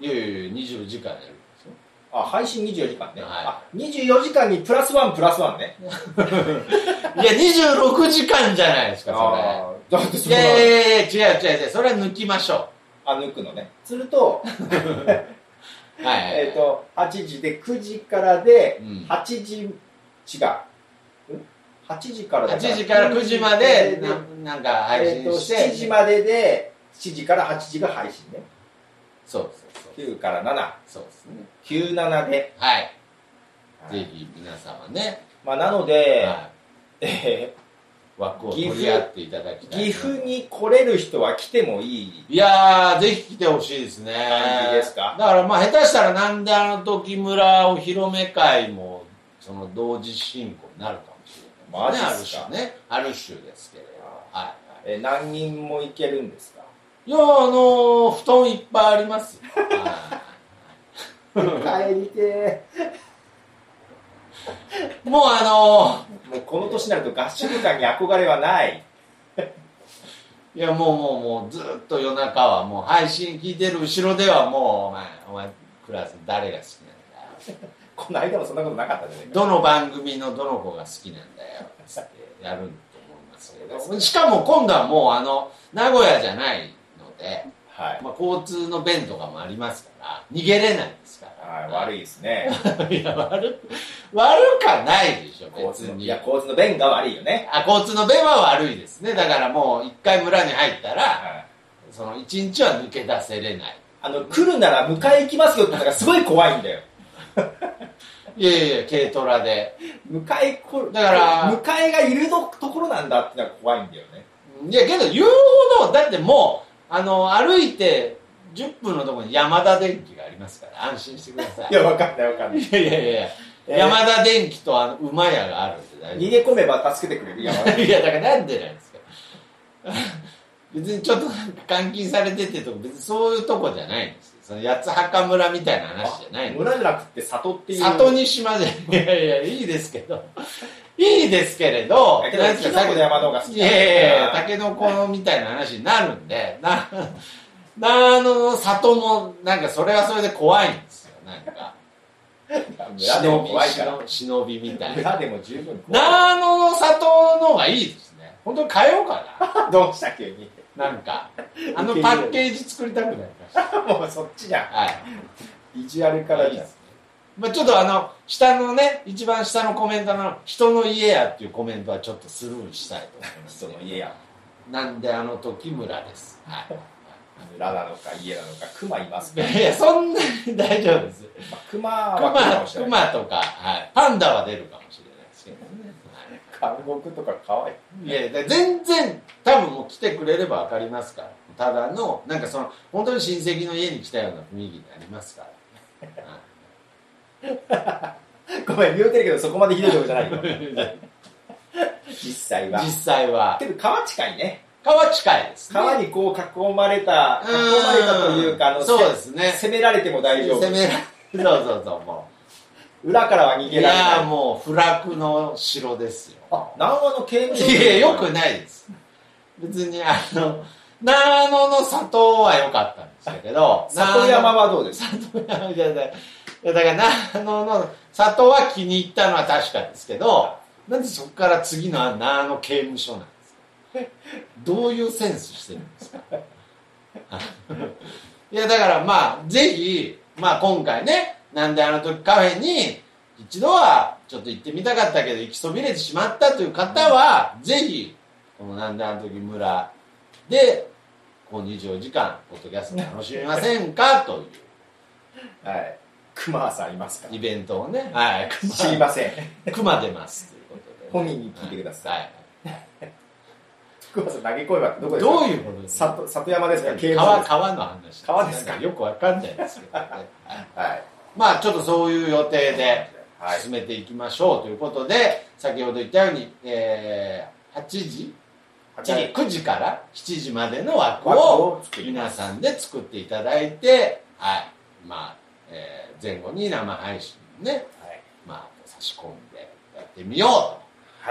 いやいやいや24時間やるんですよ
あ、配信24時間ね。
はい
あ、24時間にプラスワンプラスワンね。
いや26時間じゃないですかそ
あーだって
れ
そ
い
の、
やいやいや違う違う違うそれは抜きましょ
あ、抜くのね。すると、
うはいはいはい
えっと、8時で9時からで
う、ん
8時、違う。ん ?8 時からだ
8時から9時までななんか配
えー
信
と
して、
7時までで7時から8時が配信ね
そうそうそう
9から
そうですね
797で、
はい、ぜひ皆様ね、
まあ、なので、
は
え
い、枠を
岐阜
取り合っていただき
ー
たい
岐阜に来れる人は来てもいい
いやーぜひ来てほしいですね
感じですか
だからまあ下手したらなんであの時村お披露目会もその同時進行になるかもしれない
マジ
で
っす
す
か
ねある種ねある種ですけれどはい、はい
えー何人も行けるんですか
いやーあのー布団いっぱいありますよは
帰りて
いもうあの
ーもうこの年になると合宿会に憧れはない
ーいやもうもうもうずーっと夜中はもう配信聞いてる後ろではもうお前お前クラス誰が好きなんだ
この間もそんなことなかったじゃないか
どの番組のどの子が好きなんだよつってやると思いますけどしかも今度はもうあの名古屋じゃないので、
はい、
まあ、交通の便とかもありますから逃げれないですから
はい、悪いですね
いいや悪く悪かないでしょ
交
別
通のい
に
や交通の便が悪いよね、
あ交通の便は悪いですねだからもう一回村に入ったら
はい、
その一日は抜け出せれない
あの来るなら迎え行きますよってのがすごい怖いんだよ
いやいや軽トラで
迎えこ
だから
迎えがいるとところなんだってのが怖いんだよね
いやけど言うほどだってもうあの歩いて10分のところに山田電機がありますから安心してください
いやわかんないわかんない
いやいやいや、
えー
山田電機とあの馬屋があるんで
逃
大丈
げ込めば助けてくれる山田
夫いやだからなんでなんですか別にちょっとなんか監禁されててとか別にそういうとこじゃないんですよその八つ墓村みたいな話じゃないんで
村じゃなくて里ってい
す
う
里に島でいやいやいいですけどいいですけれど
いやけど
なん
キノコの山の方が好きなんだ
い
よな
やいやいやタケノコみたいな話になるんでな [laughs] なあの里もなんかそれはそれで怖いんですよなんか
村で
忍
も
び
怖いから
忍忍びみたいな
村でも十分怖い
長野の里の方がいいですね。本当に変えようか
どうした急に
な。なん
[laughs]
か、あのパッケージ作りたくなりました。
もうそっちじゃ
はい。
んビジュアルから
いい
じ
で
ゃん
すね。まあ、ちょっとあの下のね一番下のコメントの「人の家や」っていうコメントはちょっとスルーしたいと思います
人の家や
なんであの時村です
[laughs]
はい
村なのか家なのか熊いますけ
い
ど、
やいやそんなに大丈夫です
まあ、熊
ク
は熊か
マ
もしれ
ク
ない
マとか、はい、パンダは出るかもしれないですけどね、
監獄とか可愛い
いやだから全然多分もう来てくれれば分かりますからただのなんかその本当に親戚の家に来たような雰囲気になりますからはい
ごめん言うてるけどそこまでひどいことじゃないよ [laughs] 実際は
実際は
けど川近いね
川近いですね
川にこう囲まれた囲
うん
まれたというかあの
そうですね
攻められても大丈夫
攻められそうそうそうも
裏からは逃
う
げ
い
られ
やー
ない
もう不落の城ですよ
あ南和の刑務
い
所
やよくないです別にあの長野の里は良かったんでしたけど
[laughs] 里山はどうですか
里山じゃないいやだから長野の里は気に入ったのは確かですけどなんでそこから次の長野刑務所なんですかどういうセンスしてるんですかいやだからまあぜひ、まあ、今回ねなんであの時カフェに一度はちょっと行ってみたかったけど行きそびれてしまったという方は、ぜひこのなんであの時村でこう24時間ポッドキャスト楽しみませんかという
はい熊さんいますか
イベントをね、はい、
知りません
熊出ますということで、
本人に聞いてください
い。
[laughs] 熊さん投げ声はどこ
はい、
ですか
どういうことですか
里里山ですか刑務所
川
ですか
川の話
川ですか
なんよくわかんないですけどね、 [laughs] はい
はい
まあちょっとそういう予定で
はい
進めていきましょうということで、先ほど言ったように、えー8時
8時
9時から7時までの枠
枠
を
を作り
皆さんで作っていただいて、はいまあえー前後に生配信をね、
はい
まあ、差し込んでやってみようと。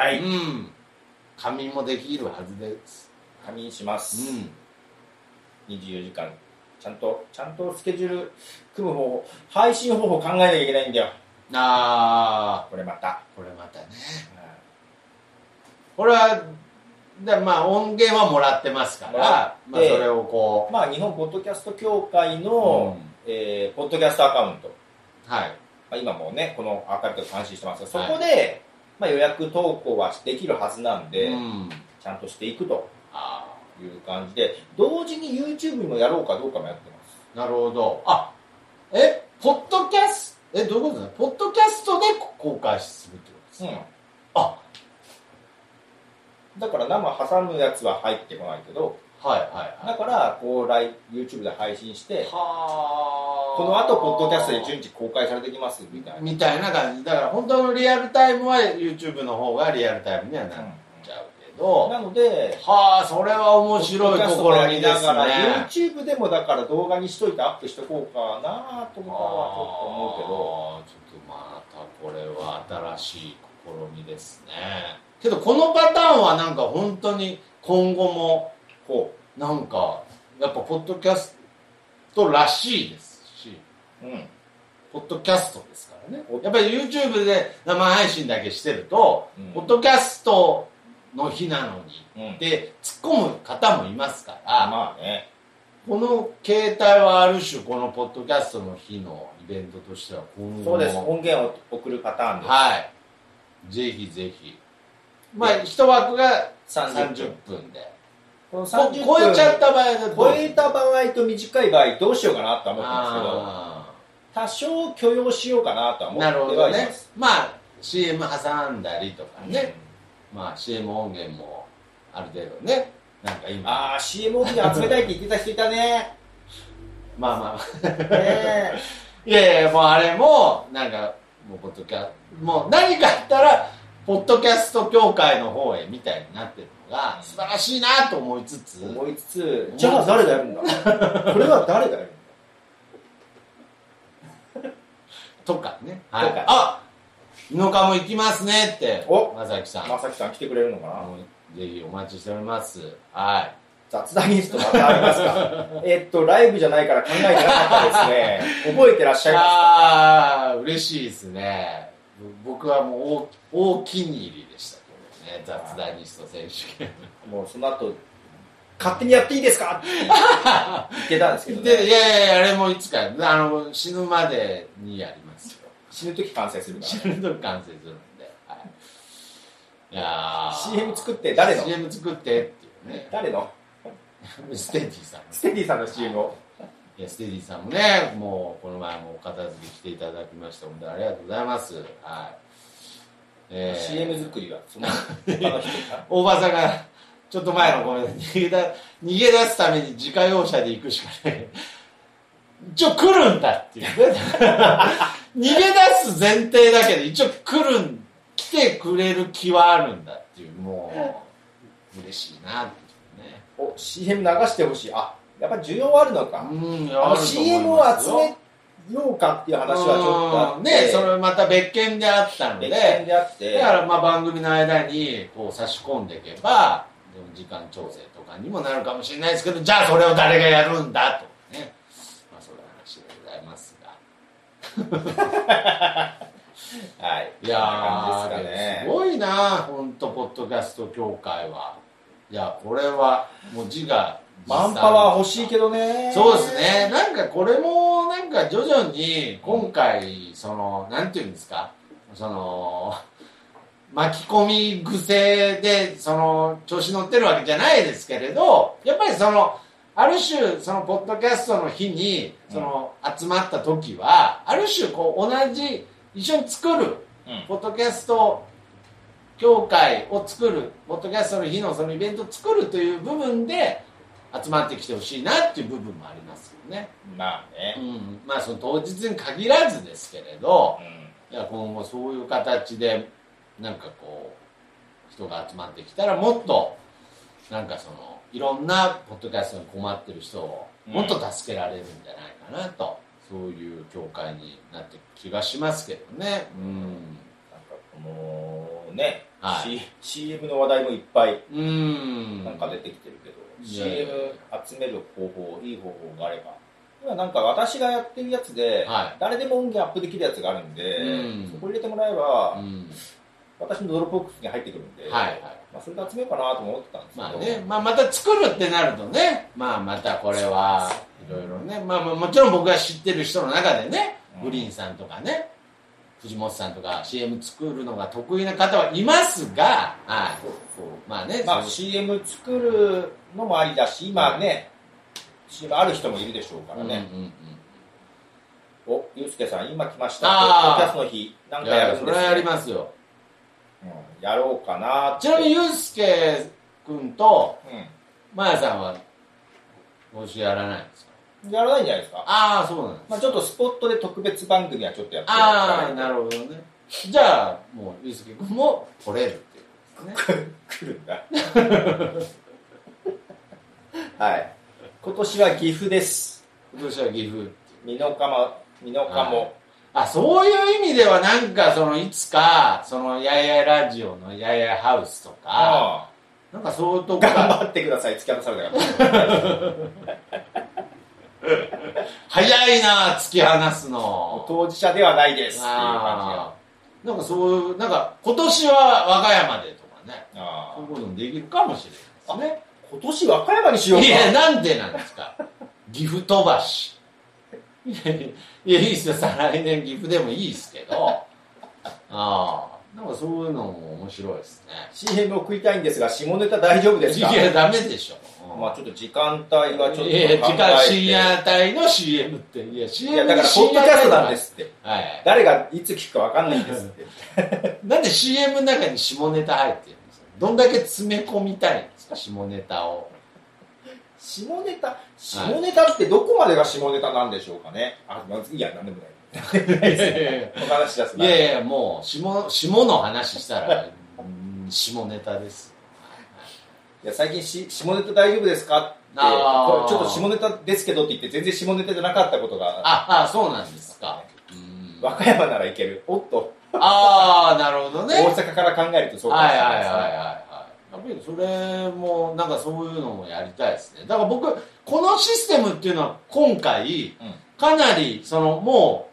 は
う
い
ん。仮眠もできるはずです。
仮眠します
うん。
24時間ちゃんとちゃんとスケジュール組む方法配信方法考えなきゃいけないんだよ
あ
これまた、
ー、これまたね。これは、でまあ音源はもらってますか
も
ら
ら、
まあ
って
それをこ
まあ日本ポッドキャスト協会
う、
の、
うん
えーポッドキャストアカウント、
はい。
まあ、今もうねこのアーカイブとか監視してますがそ
はい
こで、まあ、予約投稿はできるはずなんで、
うん。
ちゃんとしていくと
あ
いう感じで同時に YouTube にもやろうかどうかもやってます
ー、なるほど。あ、え、ポッドキャスト、え、どういうことだポッドキャストで公開するってことですか、あ、
だから生挟むやつは入ってこないけど
はいはいは
だからこうライ YouTube で配信して
い。は
この後ポッドキャストで順次公開されてきますみたいな、
みたいな感じ。だから本当のリアルタイムは YouTube の方がリアルタイムにはなっちゃうけど、
なので
はあ、それは面白
ポッ
い試み
ドキャストもやり
で
な
す
がら
ね。
YouTube でもだから動画にしといてアップしとこうかなとかはちょっと思う
あーちょっとまたこれは新しい試みですね。けどこのパターンはなんか本当に今後も
けどこ
なんかやっぱポッドキャストらしいですし、
う、うん、
ポッドキャストですからね。やっぱり YouTube で生配信だけしてると、
うん
ポッドキャストの日なのに
うん
って突っ込む方もいますから、
まあね
この携帯はある種このポッドキャストの日のイベントとしては今後も
そうです音源を送るパターンで
はいぜひぜひまあ一枠が
す30
30
分
分で
この30分
こ超えちゃった場合だと
超えた場合と短い場合どうしようかなとは思ってま
あ
すけど多少許容しようかなとは
ー
思
なる
っ
ほ
ては
ど
い
ね
ます
まあ CM 挟んだりとかね、まあ CM 音源もある程度ねなんか今
ああ CM 音源集めたいって言ってた人いた [laughs] ね
まあまあ
ねえ
いやいや、もうあれも、なんか、もうポッドキャもう何かあったら、ポッドキャスト協会の方へみたいになってるのが、素晴らしいなと思いつつ、
思いつつじゃあ誰がや [laughs] るんだこれは誰がやるんだ
とかね。はい
とか
あ井のかも行きますねって、
お
まさきさん。
まさきさん来てくれるのかな
もうぜひお待ちしております。は
雑談ゲストまたあります [laughs] かえっと、ライブじゃないから考えてなかったですね。覚えてらっし
い。
ゃいま
ああ、嬉しいですね。ぼ僕はもう大、大気に入りでしたけどね、雑談ニスト選手権。
すもうその後、勝手にやっていいですかって [laughs] 言ってたんですけど、
でい
ね。
やいやいや、あれもいつか、あの、死ぬまでにやりますよ。
死ぬ時完成するから、
死ぬ時完成するんで、はい、いやー
CM 作って誰の
CM 作ってっていうね
誰の
ステディさん
ステディさんの CM を
いやステディさんもねもうこの前もお片付け来ていただきました本当にありがとうございますはいえー
CM 作りはその他の人か
大場さんがちょっと前のこれ逃げだ逃げ出すために自家用車で行くしかない一応来るんだっていうね [laughs] 逃げ出す前提だけど一応来るん来てくれる気はあるんだっていうもう嬉しいなっていうね
お CM 流してほしいあやっぱ需要はあるのか、
うん
あの CM を集めようかっていう話はちょっとあって
ねそれまた別件であったので
歴史であって
だからまあ番組の間にこう差し込んでいけばでも時間調整とかにもなるかもしれないですけどじゃあそれを誰がやるんだとねまあそういう話でございますが
はい
いやー
こんな感じですかね
すごいな本当ポッドキャスト協会はいやこれはもう字が
マンパワー欲しいけどね
そうですね、なんかこれもなんか徐々に今回、そのなんていうんですか、その巻き込み癖でその調子乗ってるわけじゃないですけれど、やっぱりそのある種、そのポッドキャストの日にその集まった時は、ある種こう同じ一緒に作る
うん
ポッドキャスト協会を作る、ポッドキャストの日のそのイベントを作るという部分で集まってきてほしいなっていう部分もありますよね。
まあ
う
ね、
ん、まあその当日に限らずですけれど、
うん
いや今後そういう形でなんかこう人が集まってきたらもっとなんかそのいろんなポッドキャストに困ってる人を
うん
もっと助けられるんじゃないかなと、そういう協会になってる気がしますけどね。うん
なんかこのね、
はい
C、CM の話題もいっぱいう
ーん。
なんか出てきてるけど、
いやいや
CM 集める方法、いい方法があれば。今なんか私がやってるやつで、
は
誰でも音源アップできるやつがあるんで、
うん
そこ入れてもらえば、
うん。
私のドロップボックスに入ってくるんで、
はいはい。
まあ、それで集めようかなと思ってたんですけど、
まあね、まあまた作るってなるとね、まあまたこれはいろいろね、まあまあもちろん僕が知ってる人の中でね、
うん
グリーンさんとかね、藤本さんとか CM 作るのが得意な方はいますが、はい。まあね、
まあ、
そう
CM 作るのもありだし、今ね、CM ある人もいるでしょうから
うんうん
ね。
うん。
お、ゆうすけさん、今来ました。ポッ
あ
ド
ー
キャストの日、なん
い
かや
や
るん
そ
で
れ
す
は
よ
やりますよ。
うんやろうかなって。
ちなみに、ゆうすけくんと、
う
まやさんは、募集やらないんですか
ん。やらないんじゃないですか。
ああ、そうなんです
まあ、ちょっとスポットで特別番組はちょっとやって
ああ、
る
なるほどね。じゃあ、もう、ゆうすけくんも取れるっていうことです
[laughs]
ね。
来るんだ。はい。今年は岐阜です。
今年は岐阜ってい
美
う。
濃加茂、美濃加茂。
あ、そういう意味では、なんか、その、いつか、その、やいやいラジオのやいやいハウスとか、
ああ
なんかそういうとこ
頑
が、
張ってください、突き放されたから。
早いな、突き放す
もう
の。
当事者ではないですっていう感
あーなんかそういう、なんか、今年は和歌山でとかね、
じが。あ
そういうこともできるかもしれないで
今年和歌山にしよう
すね。いや、
か。
なんでなんですか。岐阜飛ばし。いやいや、いいっすよ。再来年岐阜でもいいっすけど。ああ。なんかそういうのも面白いですね。
CM を食いたいんですが、下ネタ大丈夫です
い
か
や、ダメでしょ。
まあちょっと時間帯はちょっと考
い
え
や
て。
いや、時間、深夜帯の CM って。いや、
い
CM
や、だから、ポッドキャストなんで。すって。
はい。
誰がいつ聞くかわかんないんですって。
なんで CM の中に下ネタ入ってるんですかどんだけ詰め込みたいんですか下ネタを。
下ネタ、下ネタってどこまでが下ネタなんでしょうかね。あ、まずいや、なんでもない。
いやいやいや。
お話し出す
い
な。
やいや、もう、下、下の話したら、うん下ネタです。
いや最近し、下ネタ大丈夫ですかって、これ
あー
ちょっと下ネタですけどって言って、全然下ネタじゃなかったことが、
あ、あ、そうなんですか。うん
和歌山ならいける。おっと、
ああ、なるほどね。
大阪から考えるとそうかもし
はい
れ
はい
な
はいい
ですね。
はいはい。やっぱりそれも、なんかそういうのもやりたいですね。だから僕、このシステムっていうのは今回、
うん
かなり、そのも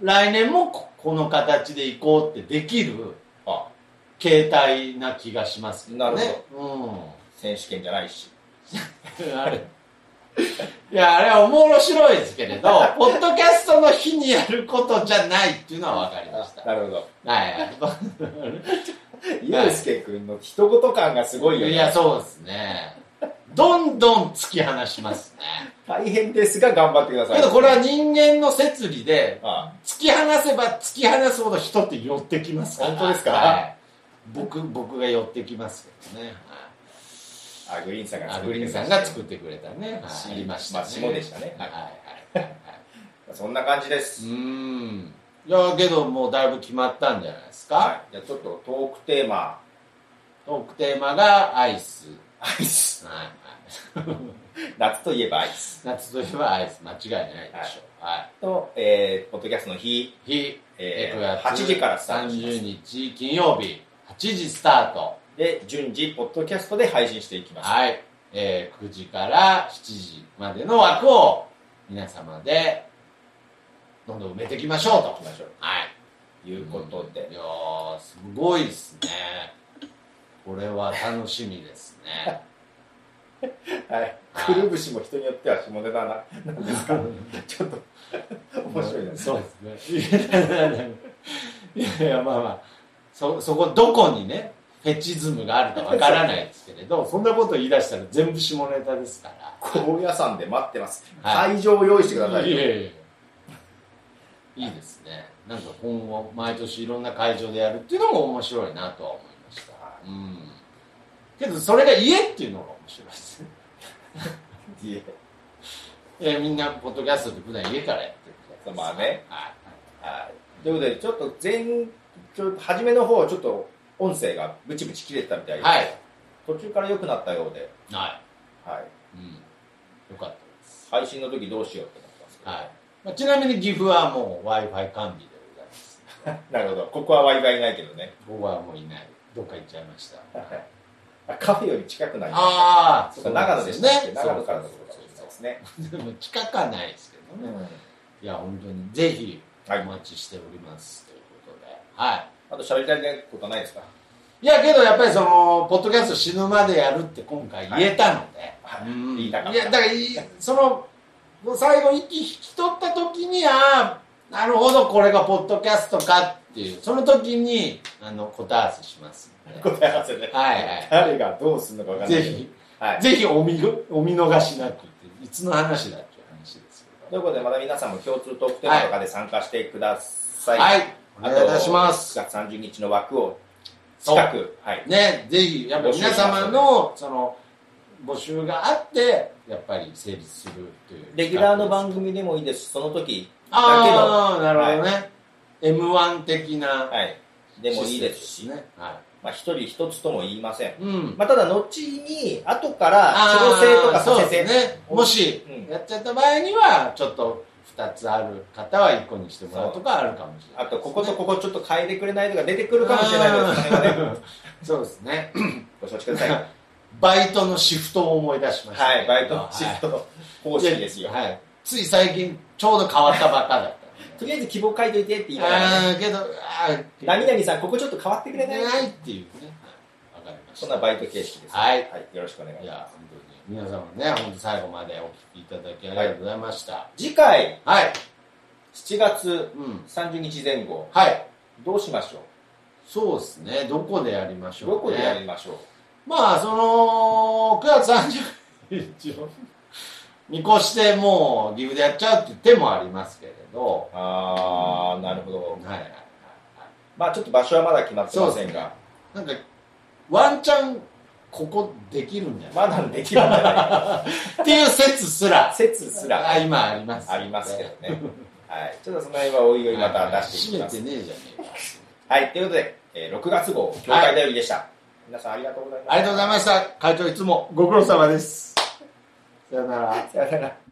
う、来年もここの形で行こうってできる
あ
形態な気がしますけどね。
なる
ほど。
選手権じゃないし。
うん。あれ。 [laughs] いや、あれはおもろしろいですけれど、ポッドキャストの日にやることじゃないっていうのは分かりました。
なるほど。
はい。
ゆうすけくんの一言感がすごいよ
い
ね。
や、そうですね。どんどん突き放しますね。
大変ですが頑張ってください。
けどこれは人間の摂理で、
あ
突き放せば突き放すほど人って寄ってきますから。
本当ですか
はい僕、僕が寄ってきますけどね。
あ、グリーンさんが
ア
作っ
グ
て
リ
く
ー
れ
ン
た
さんが作ってくれたね。
し
ありましたね。
まあ霜でしたね
はいはいはいはい。
そんな感じで
う
す。
ーん。いや、けどもうだいぶ決まったんじゃないですか。
はい。じゃあちょっとトークテーマ、
トークテーマがアイス。
アイス。 [laughs]
はいはい、
夏といえばアイス。
夏といえばアイス、間違いないでしょう。はい。
と、えー、ポッドキャストの日、
日、
えー
9
8時からスタートします
30日金曜日、8時スタート。
で、順次、ポッドキャストで配信していきます。
はい。えー9時から7時までの枠を皆様でどんどん埋めていきましょうと。
行きましょう。
はい。
ということで
い。やー、すごいですね。これは楽しみですね。
はい。くるぶしも人によっては下ネタな、なんですか [laughs] ちょっと、 [laughs] 面白いです。
そうですね。いやいや、まあまあ、そ、そこ、どこにね、フェチズムがあるかわからないですけれど、そんなこと言い出したら全部下ネタですから。
高野山で待ってます。
は
会場を用意してください。
いやいやいやいいですね。なんか今後、毎年いろんな会場でやるっていうのも面白いなとは思いました。うん。けど、それが家っていうのが面白いですね。 [laughs]
いえ
えみんな、ポッドキャストって普段家からやってるじゃないですか
[laughs] まあね。
はい。
はい。ということで、ちょっと前、ちょ初めの方、ちょっと音声がブチブチ切れてたみたいで、
はい。
途中から良くなったようで、
は
はい。
い。うん。よかったです。
配信の時どうしようって思ったんですけど、
はいまあ、ちなみに岐阜はもう Wi-Fi 完備でございます。
なるほど。ここは Wi-Fi ないけどね。
僕はもういない。どっか行っちゃいました。
あカフェより近くなりました。
ああ、
そうか長野でしたっけ長野からの
そ
こ
う
とか
そ
もしれないうですね。
そうでも近くはないですけどね。いや、本当にぜひ
はい
お待ちしております、ということで。はい。
あと喋りたいことないですか [laughs]
いや、けどやっぱりその、ポッドキャスト死ぬまでやるって今回言えたので。
はい
うん
言いたかった
や、だからいい、その、もう最後息引き取った時に、ああ、なるほど、これがポッドキャストかっていう、その時に、あの、答え合わせしますんで。
答え合わせね。
はいはい。
誰がどうするのかわかんない
ぜ
けど。
ひ、
はい。
ぜひお見ごお見逃しなくって、いつの話だっていう話ですけ
ということで、また皆さんも共通トークテーマとかで参加してください。
ど。はい、お願いいたしま
あ
す。
と9月30日の枠を
そう
近く、はい。
ね、ぜひ、やっぱ皆様の、その、募集があって、やっぱり成立するという。
レギュラーの番組でもいいですし、その時だ
ああ、なるほどね。M1 的
け
な
ど、。はい。でもいいですし、
ね。は
まあ一人一つとも言いません。
い。うん。
まあただ、後に、後から
あー
調整とかさ
そう
せて、
ですね。もし
うん、
やっちゃった場合には、ちょっと2つある方は1個にしてもらうとかあるかもしれな
あ
い。
と、こことここちょっと変えてくれないとか出てくるかもしれないので、その辺はね、
[laughs] そうですね。
ご承知ください。
バイトのシフトを思い出しました。
はい、バイトのシフト方式ですよ。
はい。つい最近、ちょうど変わったばっかだっ
とりあえず希望書いといてって言い
た。
ながらね、
ああ、けど、ああ、
何々さん、ここちょっと変わってくれない
ないっていうね。わかりまし
そ
た。
んなバイト形式です。
はい
はい、よろしくお願い
い
しま
や、本当に。皆様ね、本当最後までお聞きいただきありがとうございました。
す。次回、
はい。
7月
うん。
30日前後、
はい。
どうしましょ
そうですね。どこでやりまし
う
ょう、ね。
どこでやりましょう
まあ、その、9月30日を [laughs] 見越して、もう、岐阜でやっちゃうっていう手もありますけれど。
あー、なるほど。
はいはいはいはい。
まあちょっと場所はまだ決まってませんが、
なんか、ワンチャン、ここできるんじゃない、
まだできるんじゃないか。
っていう説すら、
説すら
あ今あります、
[laughs] ありますけどね。はい。ちょっとその辺はおいおいまた出していきます
閉。めてねえじゃねえか。
はい。ということで、えー6月号、教会だよりでした。皆さんありがとうございました。
ありがとうございました。会長いつもご苦労様です。さよなら。
さよなら。